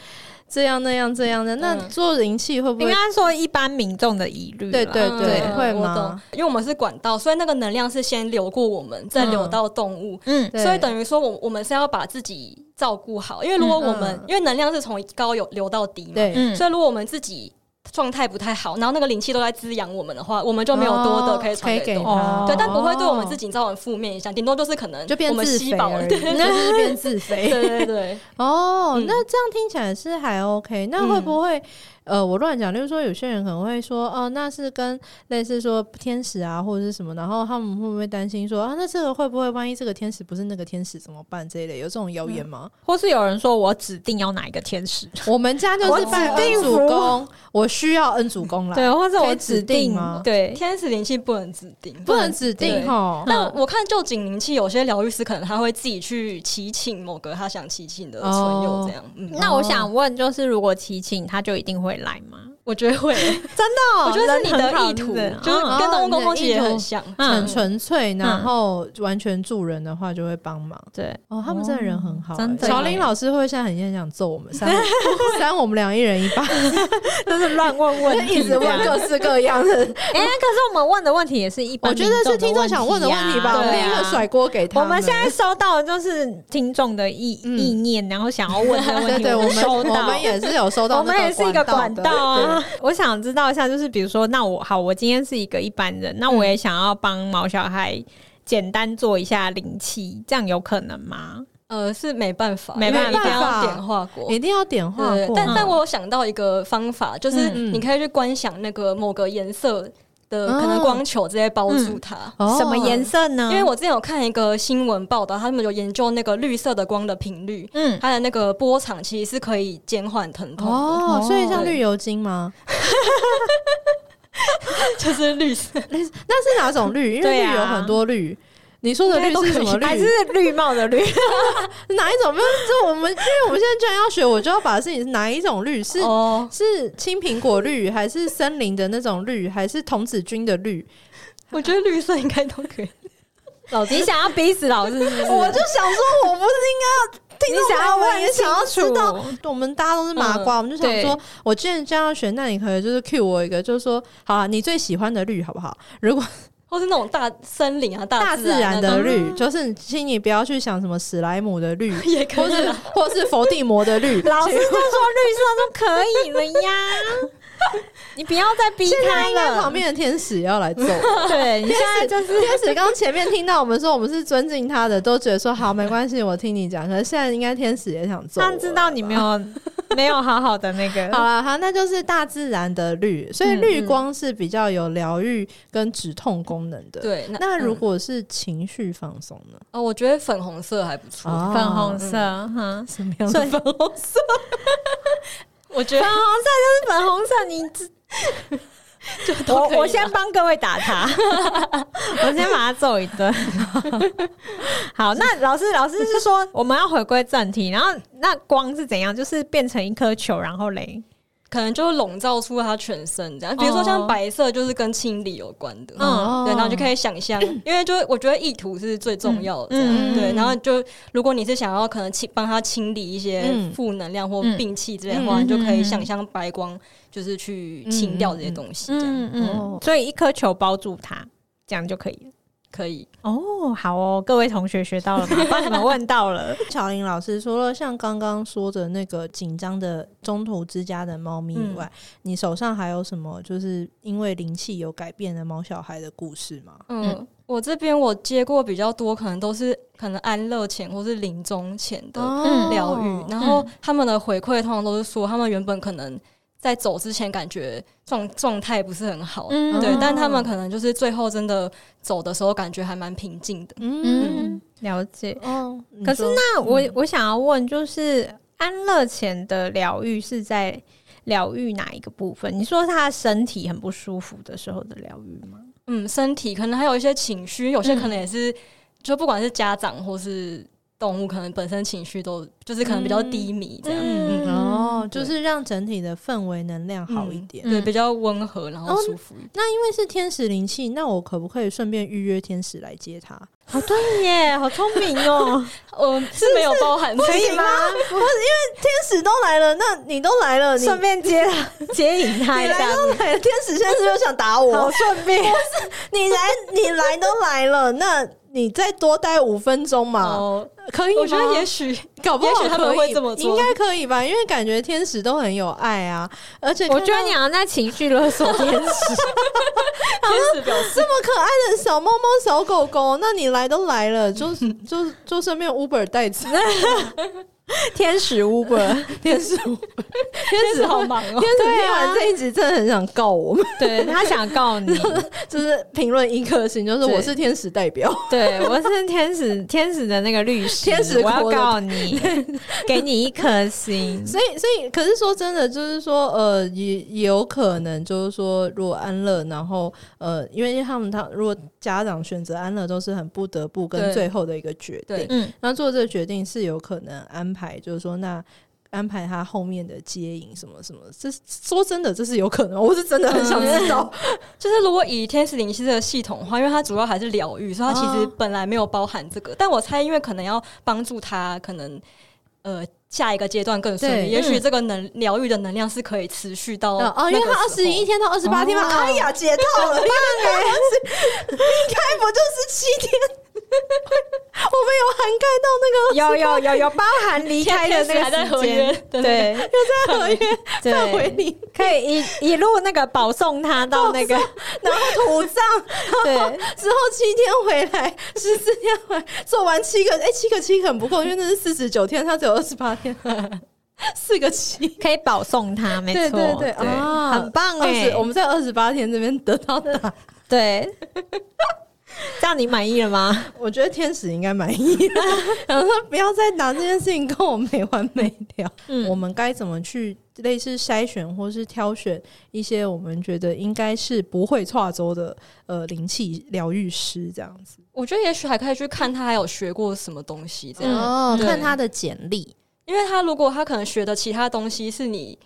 A: 这样那样这样的。那
C: 嗯
A: 做灵气会不
B: 应
A: 会？
B: 该说一般民众的疑虑啦，
A: 对对
C: 嗯
A: 对，
B: 嗯
A: 会
C: 我懂
A: 吗？，
C: 因为我们是管道，所以那个能量是先流过我们，再流到动物，
B: 嗯
A: 对
C: 所以等于说我我们是要把自己照顾好，因为如果我们、
A: 嗯嗯
C: 因为能量是从高有流到低嘛，
A: 对，
B: 嗯，
C: 所以如果我们自己状态不太好，然后那个灵气都在滋养我们的话，我们就没有多的可以传
A: 哦可以给
C: 给动物。
A: 他，
C: 对，但不会对我们自己造成负面影响，顶多就是可能
A: 就变
C: 我们
A: 自
C: 吸
A: 肥
C: 饱
A: 而
C: 了。
A: 已，
C: 对
A: 就是变自肥。
C: 对对对，
A: 哦，
C: 嗯
A: 那这样听起来是还 OK。那会不会、呃，我乱讲，就是说有些人可能会说，哦、那是跟类似说天使啊或者是什么，然后他们会不会担心说啊，那这个会不会万一这个天使不是那个天使怎么办？这一类有这种谣言吗？
B: 或是有人说我指定要哪一个天使，
C: 嗯
A: 我们家 就是拜恩主公，我需要恩主公来，
B: 对，或者
A: 可以
B: 我
A: 指
B: 指
A: 定
B: 定
A: 吗
B: 对，
C: 天使灵气不能指定，
A: 不能指定
C: 对
A: 哈。
C: 但我看旧景灵气，有些疗愈师可能他会自己去祈请某个他想祈请
A: 哦
C: 的存有这样。嗯，
B: 那我想问，就是如果提请，他就一定会来吗？
C: 我觉得会，我
B: 我
C: 觉得是你的意图，就是
A: 哦
C: 跟动物沟通
A: 你的
C: 其
A: 意
C: 实也
A: 图
C: 很像。
A: 很
B: 嗯
A: 纯粹，然后完全助人的话就会帮忙。
B: 对，
A: 哦，他们真的 人很好、
B: 哦真的
A: 乔
B: 耶
A: 林老师会不会现在很很想揍我们 三三我们俩一人一巴，
B: 就是乱问 问
A: 一直问各式各样的。
B: 哎，可是我们问的问题也是一 般
A: 我
B: 民
A: 觉
B: 众的
A: 得
B: 问题啊，
A: 是听众想问的问题吧，我
B: 对啊
A: 们立刻甩锅给他
B: 我们现在收到的就是听众的意、
A: 嗯
B: 意念，然后想要问的问
A: 对
B: 题，
A: 对，我
B: 们
A: 们
B: 收
A: 我
B: 到。
A: 们也是有收到
B: 我
A: 那
B: 们
A: 的，
B: 也是一个管道啊
A: 对。
B: 我想知道一下，就是比如说，那我好，我今天是一个一般人，那我也想要帮毛小孩简单做一下灵气，这样有可能吗？
C: 呃，是没办法，
B: 没办法
C: 因为一定要点化过。
A: 一定要点化
C: 对
A: 过。
C: 但
B: 嗯
C: 但我有想到一个方法，就是
A: 嗯嗯
C: 你可以去观想那个某个颜色的
A: 哦
C: 可能光球直接包住它。
A: 哦
B: 什么颜？色呢？
C: 因为我之前有看一个新闻报道，他们有研究那个绿色的光的频率，
B: 嗯，
C: 它的那个波长其实是可以减缓疼痛的，
A: 哦，所以像
C: 哦
A: 绿油精吗？
C: 就是绿色。
A: 那是哪种绿？因为
B: 对
A: 绿
B: 啊
A: 有很多绿。你说的绿是什么绿？
B: 还是绿帽的绿？
A: 哪一种？没有，这我们因为我们现在居然要学，我就要把事情哪一种绿是
C: 哦，
A: 是青苹果绿，还是森林的那种绿，还是童子军的绿？
C: 我觉得绿色应该都可以。
B: 老师，你想要逼死老师是不是？
A: 我就想说，我不是应该要听
B: 你
A: 众
B: 想要
A: 朋友们
B: 问
A: 也
B: 清
A: 想要嗯知道
B: 楚，
A: 我们大家都是麻瓜，我们就想说，我既然这样选，那你可以就是 cue 我一个，就是说，好啊，你最喜欢的绿好不好？如果
C: 或是那种大森林啊、
A: 大
C: 自
A: 自
C: 然
A: 然
C: 那
A: 的嗯
C: 种
A: 绿，就是请你不要去想什么史莱姆的 绿，
C: 也可
A: 或
C: 以
A: 是
C: 啦。
A: 或是伏地魔的绿。
B: 老师就说绿色就可以了呀，你不 要再逼
A: 现在
B: 他
A: 应该旁
B: 了。
A: 边的天使要来揍我。
B: 对， 你现在就是
A: 天使刚前面听到我们说我们是尊敬他的，都觉得说好没关系，我听你讲。可是现在应该天使也想揍我
B: 他
A: 了吧
B: 知道你没有没有好好的那 个，
A: 好了，好，那就是大自然的绿，所以绿光是比较有疗愈跟止痛功能的。
C: 对，那嗯
A: 那如嗯果是情绪放松呢？
C: 哦，我觉得粉红色还不错。
A: 哦
B: 粉红色，哈，
A: 什么样
B: 所
A: 的？
B: 嗯以粉红色
C: 我觉得
B: 就是粉红色，你
C: 就
B: 我
C: 都可以
B: 我先帮各位打 他，我先把他揍一顿。好，那老师老师是 说我们要回归正题，然后那光是怎样？就是变成一颗球，然后嘞，
C: 可能就笼罩出它全身这样。比如说
B: 哦
C: 像白色，就是跟清理有关的，
A: 嗯
C: 对，然后就可以想象，因为就是我觉得意图是最重要的，这样、
B: 哦嗯嗯嗯
C: 对。然后就如果你是想要可能清帮它清理一些
A: 嗯
C: 负能量或病气之类的
A: 嗯
C: 话，
A: 嗯
C: 你就可
B: 嗯嗯
C: 以
B: 嗯
C: 想象白光就是去清掉这些东西，这样、
B: 嗯嗯
A: 哦，
B: 所以一颗球包住它，这样就可以了。
C: 可以。
B: 哦，好哦，各位同学学到了 吗？帮你们问到了。
A: 乔林老师除了像刚刚说的那个紧张的中途之家的猫咪以外，你手上还有什么就是因为灵气有改变的猫小孩的故事吗？
C: 嗯，我这边我接过比较多，可能都是可能安乐前或是临终前的
B: 嗯
C: 疗愈。然后他们的回馈通常都是说，他们原本可能在走之前感觉状状态不是很好，
B: 嗯
C: 对
A: 哦，
C: 但他们可能就是最后真的走的时候，感觉还蛮平静的。
A: 嗯，
B: 嗯，了解。
A: 哦，
B: 可是那我、
A: 嗯
B: 我想要问，就是安乐前的疗愈是在疗愈哪一个部分？你说他身体很不舒服的时候的疗愈吗？
C: 嗯，身体可能还有一些情绪，有些可能也
B: 嗯
C: 是，就不管是家长或是动物，可能本身情绪都就是可能比较低迷这样，
B: 嗯
C: 嗯，
A: 哦，
C: 对
A: 就是让整体的氛围能量好一点。
B: 嗯
C: 对，比较温和，然后
A: 哦
C: 舒服一点。
A: 那因为是天使灵气，那我可不可以顺便预约天使来接他？
B: 好对耶，好聪明 哦！
C: 嗯，是没有包含
A: 不
C: 这个
A: 行吗？ 不是，因为天使都来了，那你都来了，你
B: 顺便接接引他
A: 你
B: 一
A: 来
B: 下，
A: 都来了，天使现在是不是想打
B: 好
A: 我？
B: 顺便。
A: 你来，你来都来了，那你再多待五分钟嘛，
C: 哦，
A: 啊可以吗？啊
C: 我觉得也许
A: 搞不好
C: 也许他们
A: 可以
C: 会这么做
A: 应该可以吧？因为感觉天使都很有爱啊，而且
B: 我
A: 看
B: 觉得
A: 到
B: 你好像在情绪勒索天使。
C: 天使表示
A: 这么可爱的小猫猫、小狗狗，那你来都来了， 就就就顺便 Uber 带走，
B: 天使 Uber，
A: 天使
C: 天使好忙哦
A: 天。使
B: 对
A: 听
B: 啊
A: 完这一集真的很想告我 们，
B: 对他想告你，
A: 就是评论一颗星，就是
B: 对嗯
A: 我是天使代表，
B: 对我是天使，天使的那个律师，
A: 天使
B: 我要
A: 国的
B: 告你，给你一颗 星。
A: 所以所以可是说真的，就是说呃，也也有可能就是说，如果安乐，然后呃，因为他们他如果家长选择安乐，都是很不得不跟
C: 对
A: 最后的一个决定
C: 对，
B: 嗯，
A: 那做这个决定是有可能安排，就是说那。安排他后面的接引什么什么，这是说真的，这是有可能，我是真的很想知道。
C: 就是如果以天使灵气这个系统的话，因为它主要还是疗愈，所以它其实
A: 哦
C: 本来没有包含这个。但我猜，因为可能要帮助他，可能呃下一个阶段更顺
A: 对嗯
C: 利。也许这个能疗愈的能量是可以持续到
A: 哦、哦，因
C: 那
A: 为
C: 个
A: 他二
C: 时
A: 十
C: 候
A: 一天到二十八天嘛，
B: 哦
A: 哎呀，解套 了，应该不就是七天？我们有涵盖到那个
B: 有有有有包含离开的那
C: 还在
B: 个时
C: 合约
B: 间，
C: 的那个
B: 对
A: 在合约范围
B: 对，
A: 里，
B: 可以一一路那个保送他到那个
A: 然后土葬，
B: 对。
A: 之后七天回来，十四天回来，做完七个，哎、七个七个很不够，因为那是四十九天，他只有二十八天， 四个七。
B: 可以保送他，没
A: 对
B: 错，
A: 对对，啊，
B: 很棒
A: 二
B: 哎
A: 十，，我们在二十八天这边得到 答，
B: 对，这样你满意了吗？
A: 我觉得天使应该满 意。然后说不要再拿这件事情跟我没完没了。
B: 嗯
A: 我们该怎么去类似筛选或是挑选一些我们觉得应该是不会跨州的呃灵气疗愈师这样子？
C: 我觉得也许还可以去看他还有学过什么东西，这样，
B: 嗯
A: 哦
C: 对
A: 看他的简历。
C: 因为他如果他可能学的其他东西是你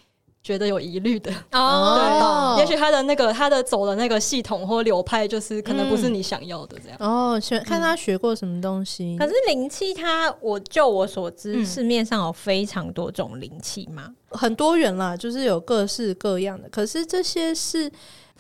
C: 觉得有疑虑的，
A: 哦
C: 对，也许他的那个他的走的那个系统或流派，就是可能不是你想要的这
B: 嗯
C: 样。
A: 哦，学看他学过什么东西。
B: 可是灵气它，我就我所知，
C: 嗯
B: 市面上有非常多种灵气嘛。
A: 很多元啦，就是有各式各样的。可是这些是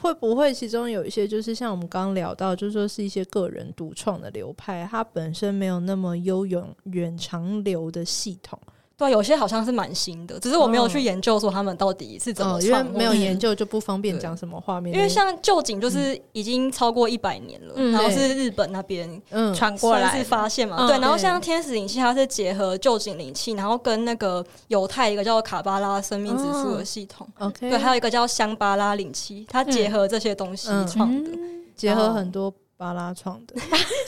A: 会不会其中有一些，就是像我们刚刚聊到，就是说是一些个人独创的流派，它本身没有那么悠远远长流的系统，
C: 对，啊有些好像是蛮新的，只是我没有去研究说他们到底是怎么
A: 哦因为
C: 创、
A: 没有研。究就不方便
C: 对
A: 讲什么画面。
C: 因为像旧井就是已经超过一百年了，
B: 嗯
C: 然后是日本那边
A: 嗯
B: 传过
C: 算是
B: 来，
C: 发现嘛，
B: 嗯
C: 对。然后
A: 对
C: 像天使灵气，它是结合旧井灵气，然后跟那个犹太一个叫卡巴拉生命指数的系统，
A: OK，
C: 对，还有一个叫香巴拉灵气，它结合这些东西
A: 嗯
C: 创的。
A: 结合很多巴拉创的。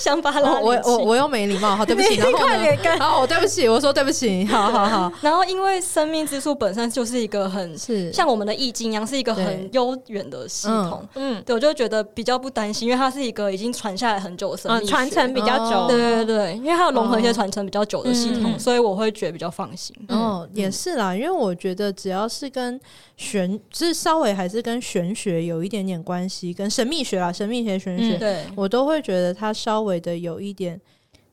C: 香巴
A: 哦
C: 拉
A: 我
C: 灵
A: 我
C: 气。
A: 我又没礼貌，好对不起，然后呢？
B: 跟
A: 好，对不起，我说对不起，好好好，
C: 然后因为生命之树本身 就是一个很
A: 是
C: 像我们的易经一样，是一个
A: 对
C: 很悠远的系统。
B: 嗯
C: 对，我就觉得比较不担心，因为它是一个已经传下来很久的生
B: 嗯
C: 命学
B: 传承比较
A: 哦
B: 久，
C: 对对对，因为它有融合一些
A: 哦
C: 传承比较久的系
B: 嗯嗯
C: 统，
B: 嗯
C: 所以我会觉得比较放心。
A: 哦，
C: 嗯
A: 也是啦，因为我觉得只要是跟玄，就是稍微还是跟玄学有一点点关系，跟神秘学啦，神秘学、玄学，
B: 嗯
C: 对，
A: 我都会觉得它稍微的有一点，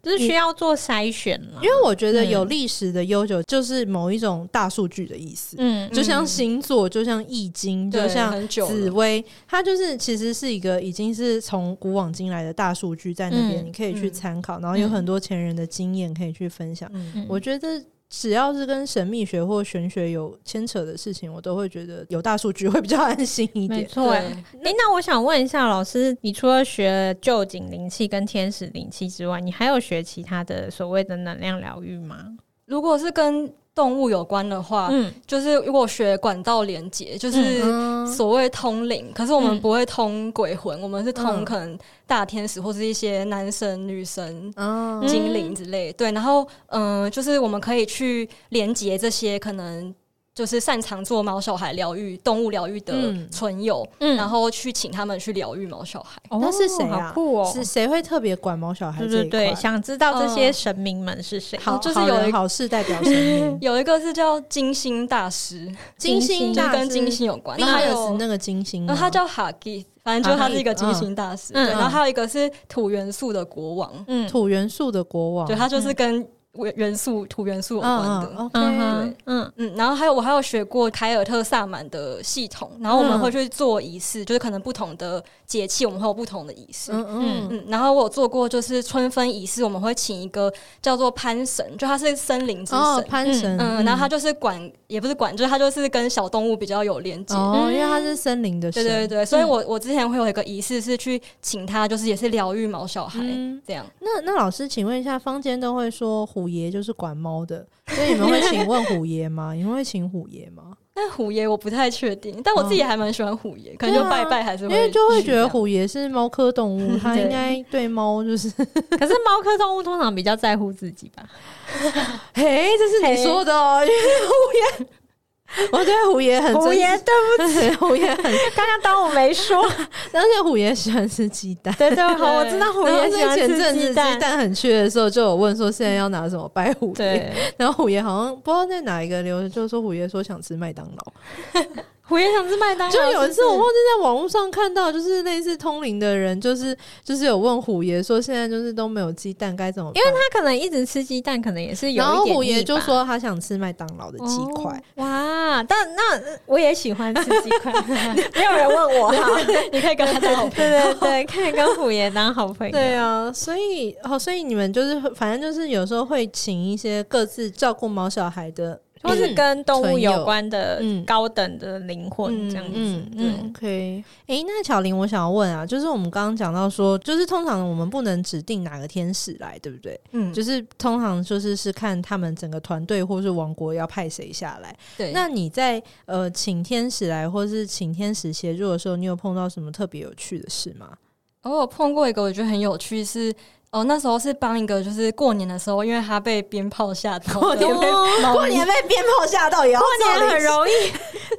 B: 就是需要做筛选了
A: 因。为我觉得
C: 嗯
A: 有历史的悠久，就是某一种大数据的意思，
B: 嗯
A: 就像星座，就像易经，就
C: 对
A: 像
C: 很久
A: 紫
C: 了，
A: 薇，它就是其实是一个已经是从古往今来的大数据在那边，
B: 嗯
A: 你可以去
C: 嗯
A: 参考，然后有很多前人的经验可以去分享。
C: 嗯
A: 我觉得只要是跟神秘学或玄学有牵扯的事情，我都会觉得有大数据会比较安心一
B: 没
A: 点。
B: 错。哎，那我想问一下老师，你除了学旧景灵气跟天使灵气之外，你还有学其他的所谓的能量疗愈吗？
C: 如果是跟动物有关的话，
B: 嗯，
C: 就是如果学管道连接，就是
A: 嗯
C: 所谓通灵，可是我们
B: 嗯
C: 不会通鬼魂，我们是
A: 嗯
C: 通可能大天使或是一些男神、女神、
A: 嗯
C: 精灵之类。对，然后嗯、呃就是我们可以去连接这些可能就是擅长做毛小孩疗愈、动物疗愈的
A: 嗯
C: 存友，
B: 嗯
C: 然后去请他们去疗愈毛小孩。
A: 那是谁啊
B: 哦好酷哦！
A: 是谁会特别管毛小孩
B: 对
A: 这
B: 对
A: 一
B: 对，
A: 块？
B: 想知道这些
C: 嗯
B: 神明们是谁？
A: 好，
C: 就是
A: 好
C: 有
A: 人
C: 一
A: 好事代表神 明，
C: 有一个是叫金星大师，
A: 金
B: 星
A: 星
C: 就
A: 大
C: 是跟
A: 师
C: 金星有关。
A: 那
C: 然后还
A: 还
C: 有呃
A: 有那个金星吗，
C: 然后他叫哈吉，反正就他是一个金星大师。
B: 嗯
C: 对，然后还有一个是土元素的国王，
B: 嗯
A: 土元素的国王，
C: 对他就是跟元元素土元素有关的。
A: 哦嗯
B: 嗯
A: 嗯
B: 哼 嗯
C: 嗯，然后还有我还有学过凯尔特萨满的系统，然后我们会去做仪式，就是可能不同的节气我们会有不同的仪式。嗯
A: 嗯嗯
C: 然后我有做过就是春分仪式，我们会请一个叫做潘神，就他是森林之神。
A: 哦，潘神，
C: 嗯，然后他就是管，也不是管，就是他就是跟小动物比较有连接。
A: 哦，因为他是森林的神，
C: 嗯对对对，
A: 嗯
C: 所以我我之前会有一个仪式是去请他，就是也是疗愈毛小孩、
A: 嗯
C: 这样。
A: 那那老师，请问一下，坊间都会说虎爷就是管猫的，所以你们会请问虎爷吗？你们会请虎爷吗？
C: 但虎爷我不太确定，但我自己还蛮喜欢虎爷，可能就拜拜还
A: 嗯
C: 是
A: 啊因
C: 会，
A: 为就会觉得虎爷是猫科动 物，它
C: 对
A: 应该对猫就是……
B: 可是猫科动物通常比较在乎自己吧？
A: 嘿，这是你说的哦，因为虎爷， 我觉得虎爷很
B: 虎爷
A: 对不起，虎爷很，
B: 刚刚当我没说，
A: 而且虎爷喜欢吃鸡 蛋。
B: 对对，好，
C: 对
B: 我知道虎
A: 然后
B: 爷
A: 所
B: 喜
A: 以
B: 欢
A: 前阵
B: 吃
A: 子
B: 鸡
A: 鸡
B: 蛋，
A: 蛋很缺的时候，就有问说现在要拿什么拜虎爷，
B: 对，
A: 然后虎爷好像不知道在哪一个流，就说虎爷说想吃麦当劳，
B: 我也想吃麦当劳。
A: 就有一次，我
B: 啊是不
A: 忘
B: 是
A: 记在网络上看到，就是类似通灵的人，就是就是有问虎爷说，现在就是都没有鸡蛋该怎么办？因为
B: 他可能一直吃鸡蛋，可能也是有一点
A: 然后虎爷
B: 腻吧
A: 就说他想吃麦当劳的鸡块，
B: 哦哇，但那我也喜欢吃鸡块，
C: 没有人 问我，好你可以跟他当好朋友。
B: 对对对， 可以跟虎爷当好朋友。
A: 对啊，所以哦，所以你们就是反正就是有时候会请一些各自照顾毛小孩的，
B: 嗯或是跟动物
A: 纯嗯友
B: 有关的
A: 嗯
B: 高等的灵魂这样子。
A: 嗯嗯
B: 嗯，
A: ，OK。哎、那巧玲，我想要问啊，就是我们刚刚讲到说，就是通常我们不能指定哪个天使来，对不对？
C: 嗯，
A: 就是通常就是是看他们整个团队或是王国要派谁下来。
C: 对
A: 那你在呃请天使来，或是请天使协助的时候，你有碰到什么特别有趣的事吗？
C: 哦，我碰过一个我觉得很有趣是。哦，那时候是帮一个，就是过年的时候，因为他被鞭炮吓到，过
B: 年被
A: 啊哦过年被鞭炮吓到也要
B: 过年 很容易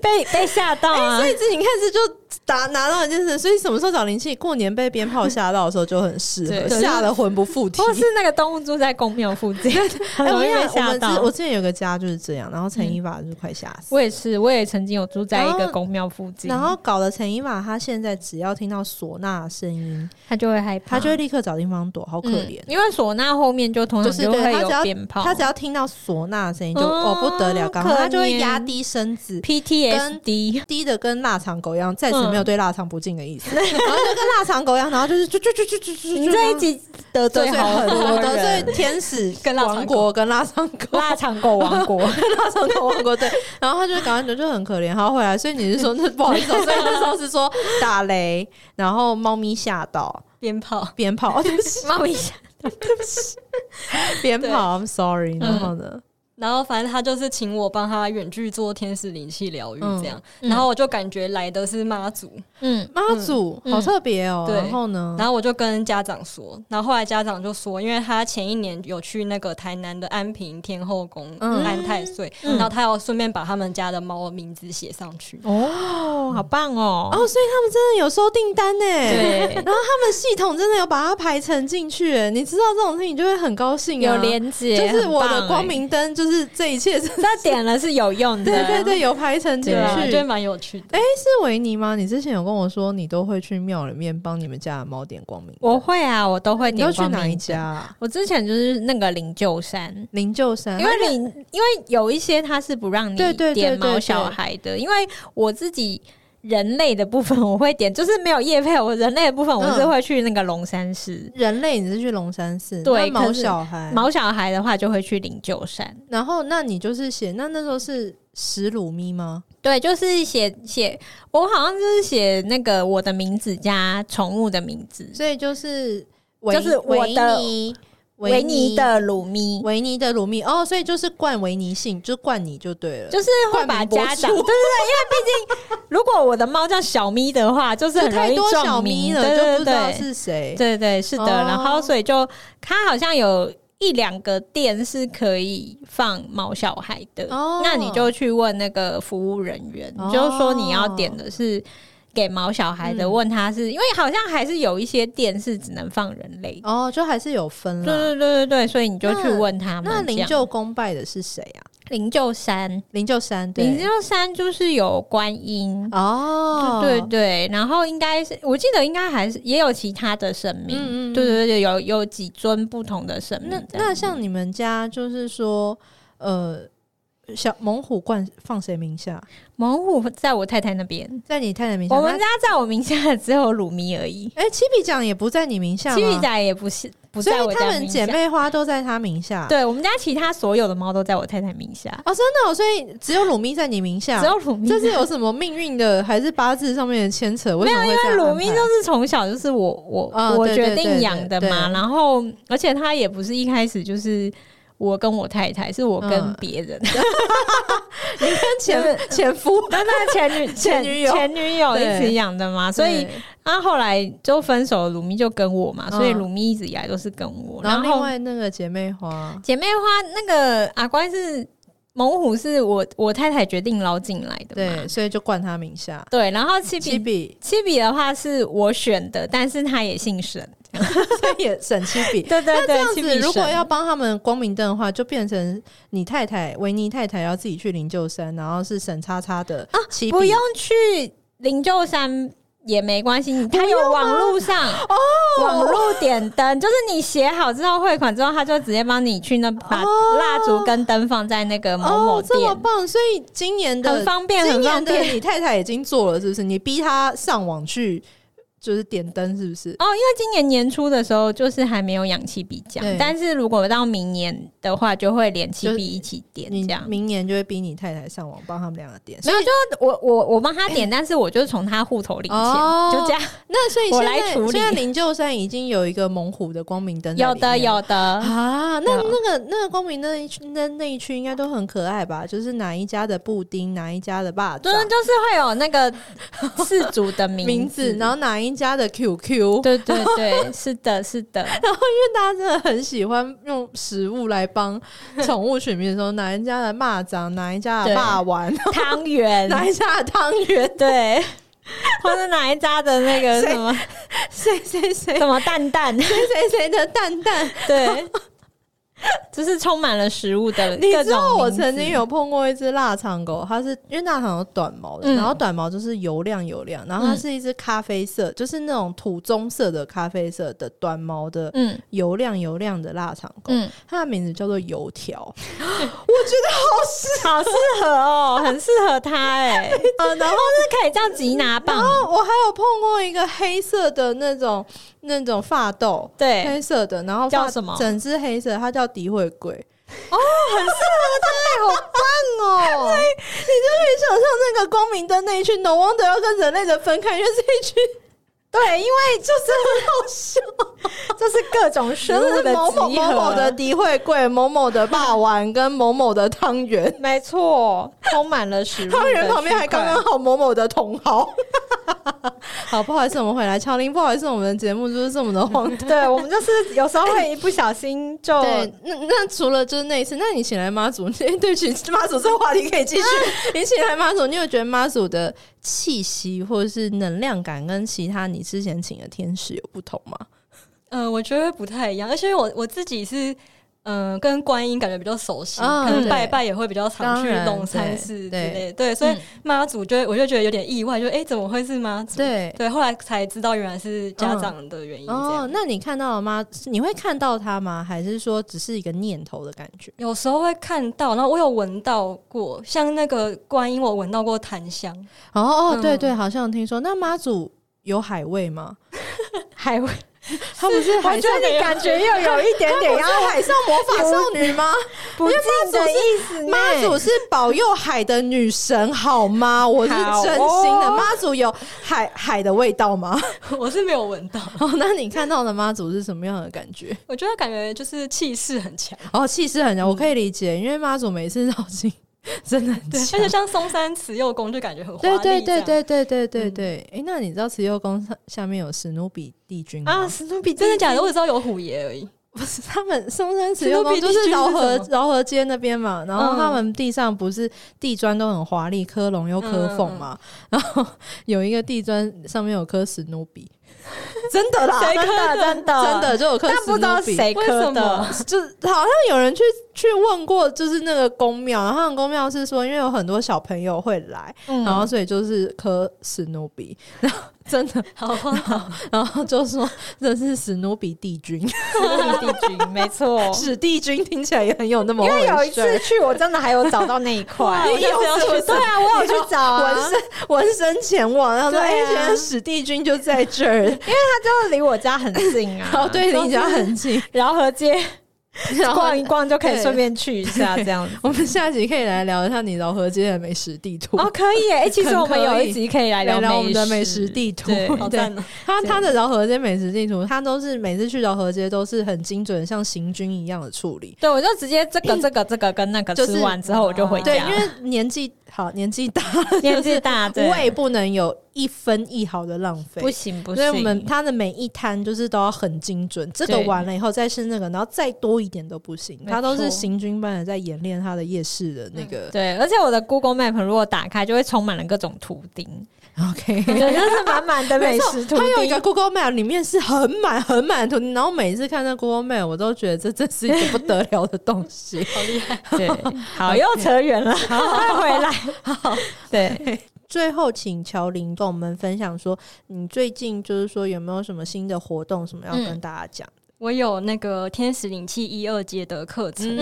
B: 被被吓到啊
A: 哎 所。以这你看这就打拿到一件事，所以什么时候找灵气？过年被鞭炮吓到的时候就很适合，
B: 对
A: 吓得魂不附 体。
B: 或是那个动物住在公庙附近， 很
A: 哎我
B: 容易
A: 跟你
B: 被
A: 讲，我
B: 吓
A: 们之
B: 到嗯
A: 我。之前有个家就是这样，然后陈一法就快吓死。
B: 我也是，我也曾经有住在一
A: 然
B: 个
A: 后
B: 公庙附近，
A: 然后搞得陈一法，他现在只要听到唢呐的声音，
B: 他就会害怕，
A: 他就会立刻找地方躲，好可
B: 嗯
A: 怜。哦
B: 因为唢呐后面就通
A: 就
B: 常
A: 是
B: 嗯就
A: 对
B: 会
A: 他只要
B: 有鞭炮，
A: 他只要听到唢呐的声音就，哦
B: 哦
A: 不得了，赶快
B: 可
A: 他就会
B: 怜
A: 压低身子，
B: PTSD
A: 低的跟腊肠狗一样，再次
B: 嗯
A: 没有对腊肠不敬的意思，然后 就跟腊肠狗一样，然后就是就就就就就就
B: 你这一集
A: 得
B: 得罪
A: 罪
B: 好
A: 很
B: 多
A: 多，得
B: 人，
A: 罪天使
C: 跟腊肠狗
A: 王国跟腊肠狗，
B: 腊肠狗王国，
A: 腊肠狗王国对，然后他就赶快就就很可怜，然后回来，所以你是说那不好意思哦，所以那时候是说打雷，然后猫咪吓到
C: 鞭炮，
A: 鞭炮，哦对不起
B: 猫咪吓
A: 鞭炮，I'm
B: 嗯
A: sorry，然后呢，
C: 然后反正他就是请我帮他远距做天使灵气疗愈这样，
B: 嗯嗯
C: 然后我就感觉来的是妈祖，
B: 嗯，
A: 妈祖
B: 嗯
A: 好特别哦，
C: 对
A: 然后呢，
C: 然后我就跟家长说，然后后来家长就说，因为他前一年有去那个台南的安平天后宫、
A: 嗯
C: 安太岁，
B: 嗯
C: 然后他要顺便把他们家的猫名字写上去。
B: 哦，好棒哦，
A: 哦，所以他们真的有收订单呢。
C: 对
A: 然后他们系统真的有把它排成进去耶，你知道这种事情就会很高兴、啊，
B: 有连接，
A: 就是我
B: 很
A: 的
B: 棒
A: 光
B: 哎，
A: 明灯，就是这一切 是，
B: 这点了是有用 的，
A: 对对对，有排成进
C: 对啊，
A: 去。
C: 我觉得蛮有趣的。哎、
A: 是维尼吗？你之前有跟我说你都会去庙里面帮你们家的猫点光明灯，
B: 我会啊，我都会
A: 你都
B: 点
A: 去
B: 光明
A: 哪一
B: 灯
A: 家？啊？
B: 我之前就是那个灵鹫山。
A: 灵鹫山，
B: 因为领，因为有一些它是不让你
A: 啊对对对
B: 点
A: 对
B: 毛
A: 对
B: 小孩的，因为我自己人类的部分我会点，就是没有叶配，我人类的部分我是
A: 嗯
B: 会去那个龙山寺，
A: 人类你是去龙山寺，
B: 对
A: 那毛
B: 可是
A: 小孩，
B: 毛小孩的话就会去灵鹫山。
A: 然后那你就是写那那时候是史鲁咪吗？
B: 对，就是写写，我好像就是写那个我的名字加宠物的名字，
A: 所以就是维
B: 就是我的
A: 维尼
B: 维尼的鲁咪，
A: 维尼的鲁蜜哦，所以就是冠维尼姓，就冠你就对了。
B: 就是会把家长，
A: 冠
B: 对对对，因
A: 名播出
B: 为毕竟如果我的猫叫小咪的 话，就是
A: 就
B: 很容
A: 太
B: 易
A: 多小
B: 撞
A: 咪
B: 名，
A: 了，
B: 对
A: 就
B: 对
A: 不知道
B: 对
A: 是谁。
B: 对对，是的。
A: 哦
B: 然后所以就它好像有一两个店是可以放毛小孩的，
A: 哦
B: 那你就去问那个服务人员，
A: 哦
B: 你就说你要点的是。给毛小孩的，
A: 嗯
B: 问他是、因为好像还是有一些店是只能放人类，
A: 哦，就还是有分
B: 对
A: 了。
B: 对对对对，所以你就去问他们这
A: 那
B: 样。
A: 灵鹫公拜的是谁啊？
B: 灵鹫山，
A: 灵鹫山对，
B: 灵鹫山就是有观音，
A: 哦，
B: 对对对，然后应该是我记得应该还是也有其他的神
A: 嗯
B: 明，
A: 嗯嗯
B: 对对对，有有几尊不同的神明
A: 那
B: 这样。
A: 那像你们家就是说，呃，小猛虎冠放谁名下？
B: 猛虎在我太太那边，
A: 在你太太名下？
B: 我们
A: 那
B: 家在我名下的只有鲁咪而已，
A: 哎，七比奖也不在你名下吗，
B: 七鱼仔也不是不
A: 啊所
B: 在我
A: 以他
B: 家
A: 们
B: 名
A: 姐
B: 下。
A: 妹啊花都在他名下。
B: 对我们家其他所有的猫都在我太太名下，
A: 哦，真的哦，所以只有鲁咪在你名下，
B: 只有鲁咪
A: 这是有什么命运的还是八字上面的牵扯？为
B: 没
A: 什
B: 有，
A: 么
B: 因
A: 会这样
B: 为鲁
A: 安
B: 咪
A: 排
B: 就是从小就是我我、
A: 哦
B: 我
A: 对对
B: 决
A: 对
B: 定
A: 对
B: 养的
A: 对
B: 嘛，然后而且他也不是一开始就是。我跟我太太是我跟
A: 嗯
B: 别人，
A: 跟前前夫，
B: 但 那前 女
A: 前女友
B: 前女友一
A: 对
B: 起养的嘛，所以
A: 对
B: 他后来就分手了，鲁咪就跟我嘛，所以
A: 嗯
B: 鲁咪一直以来都是跟我。
A: 然后
B: 后
A: 另外那个姐妹花，
B: 姐妹花那个阿乖是猛虎，是我我太太决定捞进来的嘛
A: 对，。所以就冠她名下。
B: 对，然后七
A: 七
B: 比
A: 比
B: 七比的话是我选的，但是他也姓沈，
A: 所以也省七笔。
B: 对对
A: 这样
B: 对，
A: 子，如果要帮他们光明灯的话，就变成你太太维尼太太要自己去灵鹫山，然后是沈叉叉的啊，
B: 不用去灵鹫山。也没关系，它有网络上
A: 啊
B: 哦，网络点灯，就是你写好之后汇款之后，他就直接帮你去那把蜡烛跟灯放在那个某某
A: 哦，这么
B: 店，
A: 棒！所以今年的
B: 很方便，
A: 今
B: 很
A: 年
B: 方
A: 的
B: 便。
A: 你太太已经做了，是不是？你逼她上网去就是点灯，是不是？
B: 哦，因为今年年初的时候就是还没有氧气笔奖
A: 对，
B: 但是如果到明年的话，就会连气笔一起点
A: 你
B: 这样。
A: 明年就会逼你太太上网帮他们两个点。
B: 没有，就是我我我帮他 点，但是我就是从他户头领
A: 哦
B: 钱，就这样。
A: 那所以现
B: 我来
A: 在
B: 处理
A: 现在灵鹫山已经有一个猛虎的光明灯在里
B: 有
A: 面了，
B: 的有的，
A: 啊，那
B: 有
A: 那个那个光明那一区那那一区应该都很可爱吧？就是哪一家的布丁，哪一家的霸掌
B: 真的就是会有 那个氏族的啊名
A: 啊名字，然
B: 后
A: 后哪一家的 QQ，
B: 对对对，是的，是的，
A: 大家真的很喜欢用食物来帮宠物取名的时候，哪一家的蚂蚱，哪一家的
B: 对
A: 霸 丸，
B: 汤圆，
A: 哪一家的汤圆，
B: 对，或者哪一家的那个什么
A: 谁谁谁
B: 什么蛋 蛋，
A: 谁谁谁的蛋蛋。
B: 对，就是充满了食物的
A: 你
B: 各
A: 知道
B: 种。
A: 我曾经。有碰过一只腊肠狗，它是因为腊肠有短毛的，
B: 嗯
A: 然后短毛就是油亮油亮，然后它
B: 嗯
A: 是一只咖啡色，就是那种土棕色的咖啡色的短毛的
B: 嗯
A: 油亮油亮的腊肠狗，
B: 嗯，
A: 它的名字叫做油条。
B: 好适 合哦，很适合他哎、
A: 呃，然后
B: 就是可以叫吉拿棒，
A: 哦我还有碰过一个黑色的那种那种发豆，
B: 对，
A: 黑色的，然后
B: 叫
A: 发
B: 什么
A: 整只黑色，它叫诋毁鬼。哦，很适合它，好棒哦！所以你就可以想象那个光明灯那一区，No wonder 要跟人类的分开，因为这一区
B: 对，因为
A: 就是 很好笑，
B: 就是各种食
A: 就
B: 物
A: 是
B: 的
A: 某某
B: 集
A: 某某
B: 合
A: 的诋毁鬼，某某的霸王跟某某的汤圆，
B: 没错，充满了食物的区块。
A: 汤圆旁边还刚刚好某某的茼蒿。 好，不好意思，我们回来，乔林，不好意思，我们的节目就是这么的荒诞。
B: 对我们就是有时候会一不小心就
A: 对，那那除了就是那一次，那你请来妈祖，哎 对不起，妈祖这个话题可以 继续。你请来妈祖，你有觉得妈祖的气息或者是能量感跟其他你之前请的天使有不同吗？
C: 呃，我觉得不太一样，而且我我自己是。嗯，跟观音感觉比较熟悉，
A: 嗯
C: 可能
A: 对
C: 拜拜也会比较常
A: 当
C: 去
A: 然
C: 龙山
A: 对
C: 寺之
A: 对
C: 类的，对，所以
A: 嗯
C: 妈祖就会我就觉得有点意外，就哎、诶怎么会是妈祖？
A: 对。
C: 对，后来才知道原来是家长的原因，这样、
A: 哦，那你看到了吗？是你会看到他吗？还是说只是一个念头的感觉？
C: 有时候会看到，然后我有闻到过，像那个观音，我闻到过檀香，
A: 哦哦，对
C: 嗯
A: 对，好像听说。那妈祖有海味吗？
B: 还会，
A: 他不是海
B: 我觉
A: 上
B: 得你感觉又有一点点要
A: 海上魔法少女吗？
B: 不敬的意思呢。
A: 妈祖是保佑海的女神，好 吗？我是
B: 好哦
A: 真心的。妈祖有海海的味道吗？
C: 我是没有闻到，
A: 哦，那你看到的妈祖是什么样的感觉？
C: 我觉得感觉就是气势很强，
A: 哦，气势很强，我可以理解，因为妈祖每次绕境真的很
C: 对，
A: 强
C: 而且。像松山慈幼宫就感觉很华
A: 对
C: 丽这
A: 对
C: 样，
A: 对对对对对对，哎、那你知道慈幼宫上下面有史努比帝君吗？
B: 啊，史努比
C: 真的假的？我只知道有虎爷而已，
A: 不是，他们松山慈幼宫
C: 史努
A: 就
C: 比帝
A: 是
C: 君是
A: 饶河
C: 什么
A: 饶河街那边嘛，然后
C: 嗯
A: 他们地上不是地砖都很华丽，刻龙又刻凤嘛，然后有一个地砖上面有刻史努比，真的啦，
B: 谁
A: 真
B: 磕的？真的
A: 真，的就有刻
B: 但
A: 史
B: 不知道
A: 努比。
B: 谁
C: 为什
B: 磕的
C: 么。
A: 就是好像有人去去问过，就是那个公庙，然后他们公庙是说，因为有很多小朋友会来，
B: 嗯
A: 然后所以就是刻史努 比，然后真的，
C: 好荒唐，
A: 然后就说这是史努比帝君，
B: 史努比帝君，没 错。
A: 史帝君听起来也很有那么
B: 因为有一
A: 回事
B: 次去，我真的还有找到那一 块，
A: 你
B: 我就
A: 有
B: 是要
A: 什么
B: 去对啊，我有去找啊，
A: 纹身纹身前往，然后说：“
B: 对啊
A: 哎、原来史帝君就在这 儿。。
B: 它就离我家很近” 啊
A: 哦，对，离家 很近，
B: 饶河街
A: 然后
B: 逛一逛就可以
A: 对
B: 顺便去一下这样子。
A: 我们下集可以来聊一下你饶河街的美食地图。
B: 哦，可以耶！ 哎，其实
A: 很
B: 我们
A: 可
B: 有
A: 以
B: 一集可以来
A: 来
B: 聊
A: 聊我们的美
B: 美
A: 食地图
B: 对
C: 好赞哦！
A: 他他的饶河街美食地图，他都是每次去饶河街都是很精准，像行军一样的处理。
B: 对，我就直接这个、这个、这个跟那个
A: 就是
B: 吃完之后，我就回家。
A: 对，因为年纪好，年纪大，
B: 年 纪大，对，
A: 胃不能有一分一毫的浪费。
B: 不行不
A: 所
B: 行。
A: 以我们它的每一摊就是都要很精准，这个
B: 对
A: 完了以后再是那个，然后再多一点都不行，
B: 没
A: 他都是
B: 错
A: 行军般的在演练他的夜市的那个。
B: 对，而且我的 Google Map 如果打开，就会充满了各种图钉，
A: OK，
B: 对，就是满满的美食图
A: 嗯他有一
B: 钉。
A: 个 Google Map 里面是很满很满的图，然后每次看那 Google Map，我都觉得这真是一个不得了的东西。
C: 好厉害！
B: 对，好，又扯远了，快回来。好，对，
A: 最后，请乔林跟我们分享说，你最近就是说有没有什么新的活动，什么要
C: 嗯
A: 跟大家讲？
C: 我有那个天使灵气一二阶的课程，
B: 嗯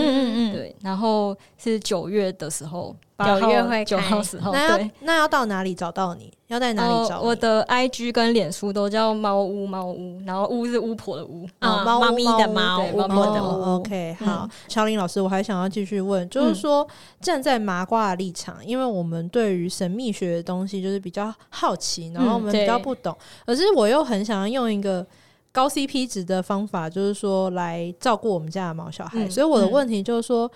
B: 嗯
C: 对，然后是九月的时候，
B: 九月会
C: 九
B: 开
C: 号时候，
A: 那
C: 哦对
A: 要，那要到哪里找到你？要在哪里
C: 哦
A: 找你？
C: 我的 IG 跟脸书都叫猫屋猫屋，然后屋是巫婆的巫。
A: 哦
B: 嗯，
A: 猫屋
B: 猫咪
A: 猫
B: 的猫，
C: 屋对
B: 巫婆
C: 猫咪
B: 的
C: 的
B: 巫
A: 哦。OK，好，乔林老师，我还想要继续问，就是
C: 嗯
A: 说站在麻瓜的立场，因为我们对于神秘学的东西就是比较好奇，然后我们比较
C: 嗯对
A: 不懂，可是我又很想要用一个。高 CP 值的方法就是说来照顾我们家的毛小孩，
C: 嗯
A: 所以我的问题就是说，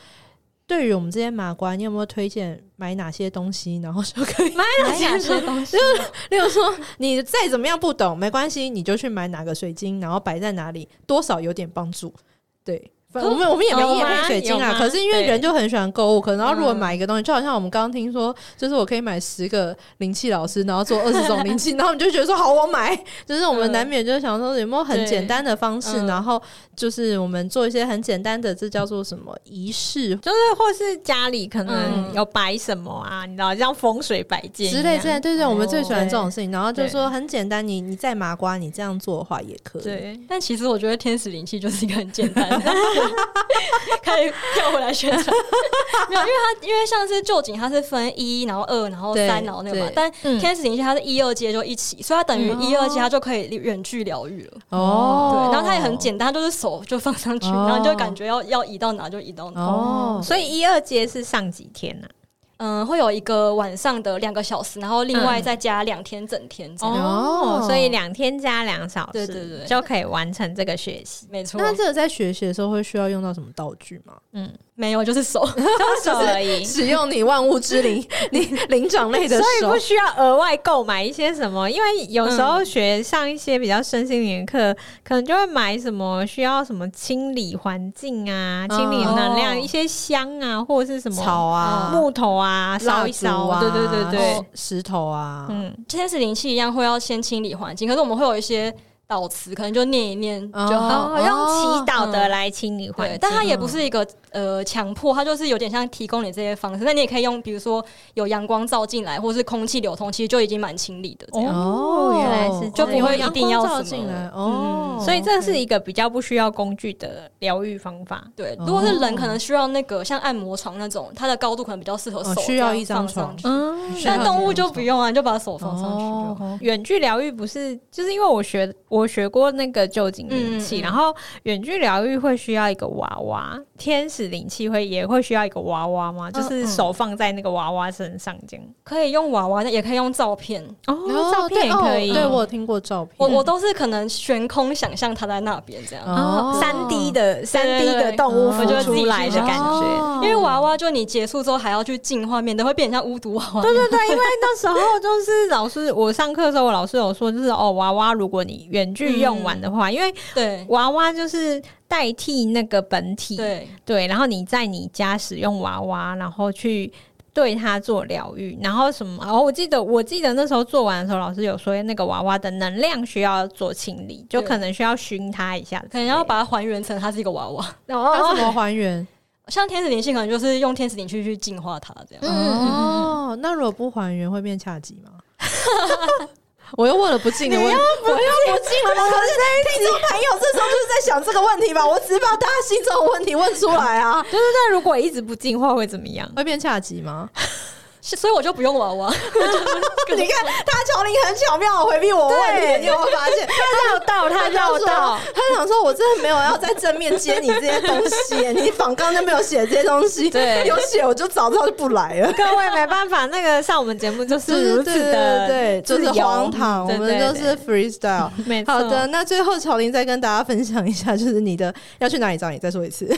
A: 对于我们这些麻瓜，你有没有推荐买哪些东西，然后就可以
C: 买哪些东西？
A: 例如说，你再怎么样不懂没关系，你就去买哪个水晶，然后摆在哪里，多少有点帮助。对，反
C: 可
A: 我们我们也没
C: 有
A: 也
C: 吗
A: 没水晶
C: 有
A: 啦，
C: 吗
A: 可是因为
C: 对
A: 人就很喜欢购物，可能然后如果
C: 嗯
A: 买一个东西，就好像我们刚刚听说，就是我可以买十个灵气老师，然后做二十种 灵气，然后你就觉得说好，我买。就是我们
C: 嗯
A: 难免就想说有没有很
C: 对
A: 简单的方式，
C: 嗯
A: 然后就是我们做一些很简单的，这叫做什么仪式
B: 就是或是家里可能
C: 嗯
B: 有摆什么啊，你知道，像风水摆件
A: 之类
B: 一样
A: 之类，对对，我们最喜欢
B: 对
A: 这种事情。然后就
B: 对
A: 说很简单，你你在麻瓜，你这样做的话也可以。
B: 对。
C: 但其实我觉得天使灵气就是一个很简单 的， 开始跳回来宣传。 没有，因为它因为像是旧景，它是分一，然后二，然后
A: 对
C: 三，然后那个嘛
A: 对。
C: 但
B: 嗯
C: 天使灵气它是一二阶就一起，所以它等于
A: 嗯
C: 一二阶它就可以远距疗愈了。
A: 哦，
C: 对，然后它也很简单，就是手就放上去，
A: 哦
C: 然后你就感觉要要移到哪就移到哪。
A: 哦，
B: 所以一二阶是上几天啊呢、
C: 嗯，会有一个晚上的两个小时，然后另外再加两天整天这样。
A: 嗯哦
B: 所以两天加两小时，
C: 对对对
B: 就可以完成这个学习。
C: 没错，
A: 那这个在学习的时候会需要用到什么道具吗？
B: 嗯，
C: 没有就 是手，
B: 就手而已，
C: 嗯
B: 所
A: 使用你万物之灵， 你灵长类的
B: 以
A: 手
B: 不。需要额外购买一些什么，因为有时候学上一些比较身心灵的课，可能就会买什么需要什么清理环境啊、
A: 嗯
B: 清理能量、
C: 哦
B: 一些香啊，或者是什么
A: 草啊、
B: 木头啊，烧
A: 蜡
B: 一
A: 烛
B: 烧
A: 啊，
B: 对对对对，
A: 哦石头啊，
B: 嗯，
C: 天使灵气一样会要先清理环境，可是我们会有一些导词，可能就念一念就好。
A: 哦嗯
B: 哦，用祈祷的
C: 嗯
B: 来清理环
C: 对
B: 境，，
C: 但它也不是一个呃强迫，它就是有点像提供你这些方式。那你也可以用，比如说有阳光照进来，或是空气流通，其实就已经蛮清理的这样。
B: 哦原来是
C: 就不会
A: 阳
C: 一定要
A: 光照
C: 什么
A: 进来
C: 嗯
A: 哦，
B: 所以这是一个比较不需要工具的疗愈方法。
C: 对，
A: 哦
C: 如果是人，可能需要那个像按摩床那种，它的高度可能比较适合手、
A: 哦需要一张
C: 这样放上去
B: 嗯
A: 需要
C: 但动物就不用啊，你就把手放上去就好。
A: 哦
B: 远距疗愈不是，就是因为我学我学过那个旧景灵气，
C: 嗯嗯嗯
B: 然后远距疗愈会需要一个娃娃，天使灵气会也会需要一个娃娃
A: 嗯
B: 吗？就是手放在那个娃娃身上这样。
C: 可以用娃娃，也可以用照片。
B: 哦，照片也可以，
A: 对哦对我有听过照片，
C: 我我都是可能悬空想象它在那边这样，
B: 哦，三 D 的三 D 的动物
A: 我
B: 孵
A: 就自己
B: 哦出来的感觉。
A: 哦
C: 因为娃娃就你结束之后还要去进化，免得会变成像巫毒娃娃。
B: 对对对，因为那时候就是老师，我上课的时候，我老师有说，就是哦，娃娃如果你远距用完的话，因为
C: 对
B: 娃娃就是代替那个本体，
C: 对
B: 对然后你在你家使用娃娃，然后去对它做疗愈，然后什么？哦，我记得我记得那时候做完的时候，老师有说那个娃娃的能量需要做清理，就
C: 对
B: 可能需要熏它一下之类的，
C: 可能要把它还原成它是一个娃娃，
A: 要
B: 哦
A: 怎么还原？
C: 像天使灵性可能就是用天使灵气去净化它这
B: 嗯
C: 样。
A: 哦，那如果不还原会变恰吉吗？ 我又问了不敬的问题，我又不敬 了吗？可是听众朋友这时候就是在想这个问题吧，我只是把大家心中的问题问出来啊，
B: 对对对，如果一直不进化会怎么样？
A: 会变恰吉吗？
C: 是所以我就不用娃 娃，
A: 你看他乔林很巧妙地回避我问题，你有没有发现？
B: 绕道，它绕道。
A: 他想说，我真的没有要在正面接你这些东西，你仿纲就没有写这些东西，
B: 对
A: 有写我就早知道就不来了。
B: 各位没办法，那个上我们节目就是如此的
A: 对，
B: 自
A: 就
B: 由嗯
A: 是荒唐，我
B: 对
A: 们
B: 对
A: 都
B: 对
A: 是 freestyle。
B: 没错
A: 好的，那最后乔林再跟大家分享一下，就是你的要去哪里找你，再说一次。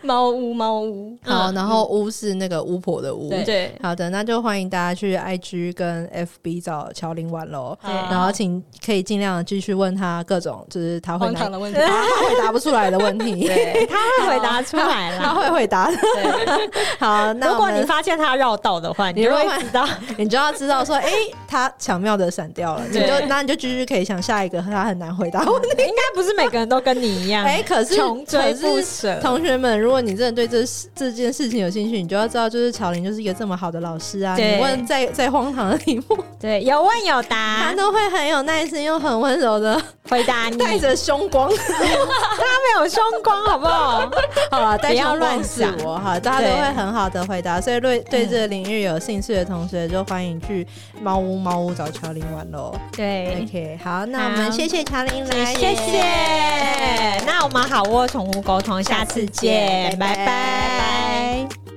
C: 猫屋猫屋。
A: 好，然后巫是那个巫婆的巫。
C: 对
B: 对
A: 好，的，那就欢迎大家去 IG 跟 FB 找乔林玩喽。
C: 对
A: 然后请可以尽量地继续问他各种，就是他会
C: 荒唐
A: 难
C: 的问题。
A: 他回答不出来的问 题，
B: 他会回答出来
A: 他
B: 啦。
A: 会回答。 好，那
B: 如
A: 我
B: 果
A: 们
B: 你发现他绕道的话，你
A: 你
B: 就
A: 如果
B: 会知道。
A: 你就要知道说，哎、他巧妙的闪掉了，你就
C: 对
A: 那你就继续可以想下一个他很难回答的问题。
B: 应该不是每个人都跟你一样，
A: 哎、可是
B: 穷追不
A: 可是
B: 舍。
A: 同学们，如果你真的对这事这件事情有兴趣，你就要知道，就是巧玲就是一个这么好的老师啊。
B: 对
A: 你问再再荒唐的题目，
B: 对，有问有
A: 他
B: 答，
A: 都会很有耐心又很温柔的，
B: 回答你。
A: 带着凶光。
B: 他没有凶光，好 不 好？
A: 好了，带
B: 不要
A: 凶
B: 乱
A: 光是
B: 想
A: 我哈，大家都
B: 对
A: 会很好的回答。所以对对这个领域有兴趣的同学，就欢迎去猫屋猫屋找乔玲玩喽。
B: 对，
A: OK，好，那我们
B: 好
A: 谢哎谢乔玲来，
B: 谢谢。那我们好窝宠物沟通，下次见，
A: 拜拜
B: 拜拜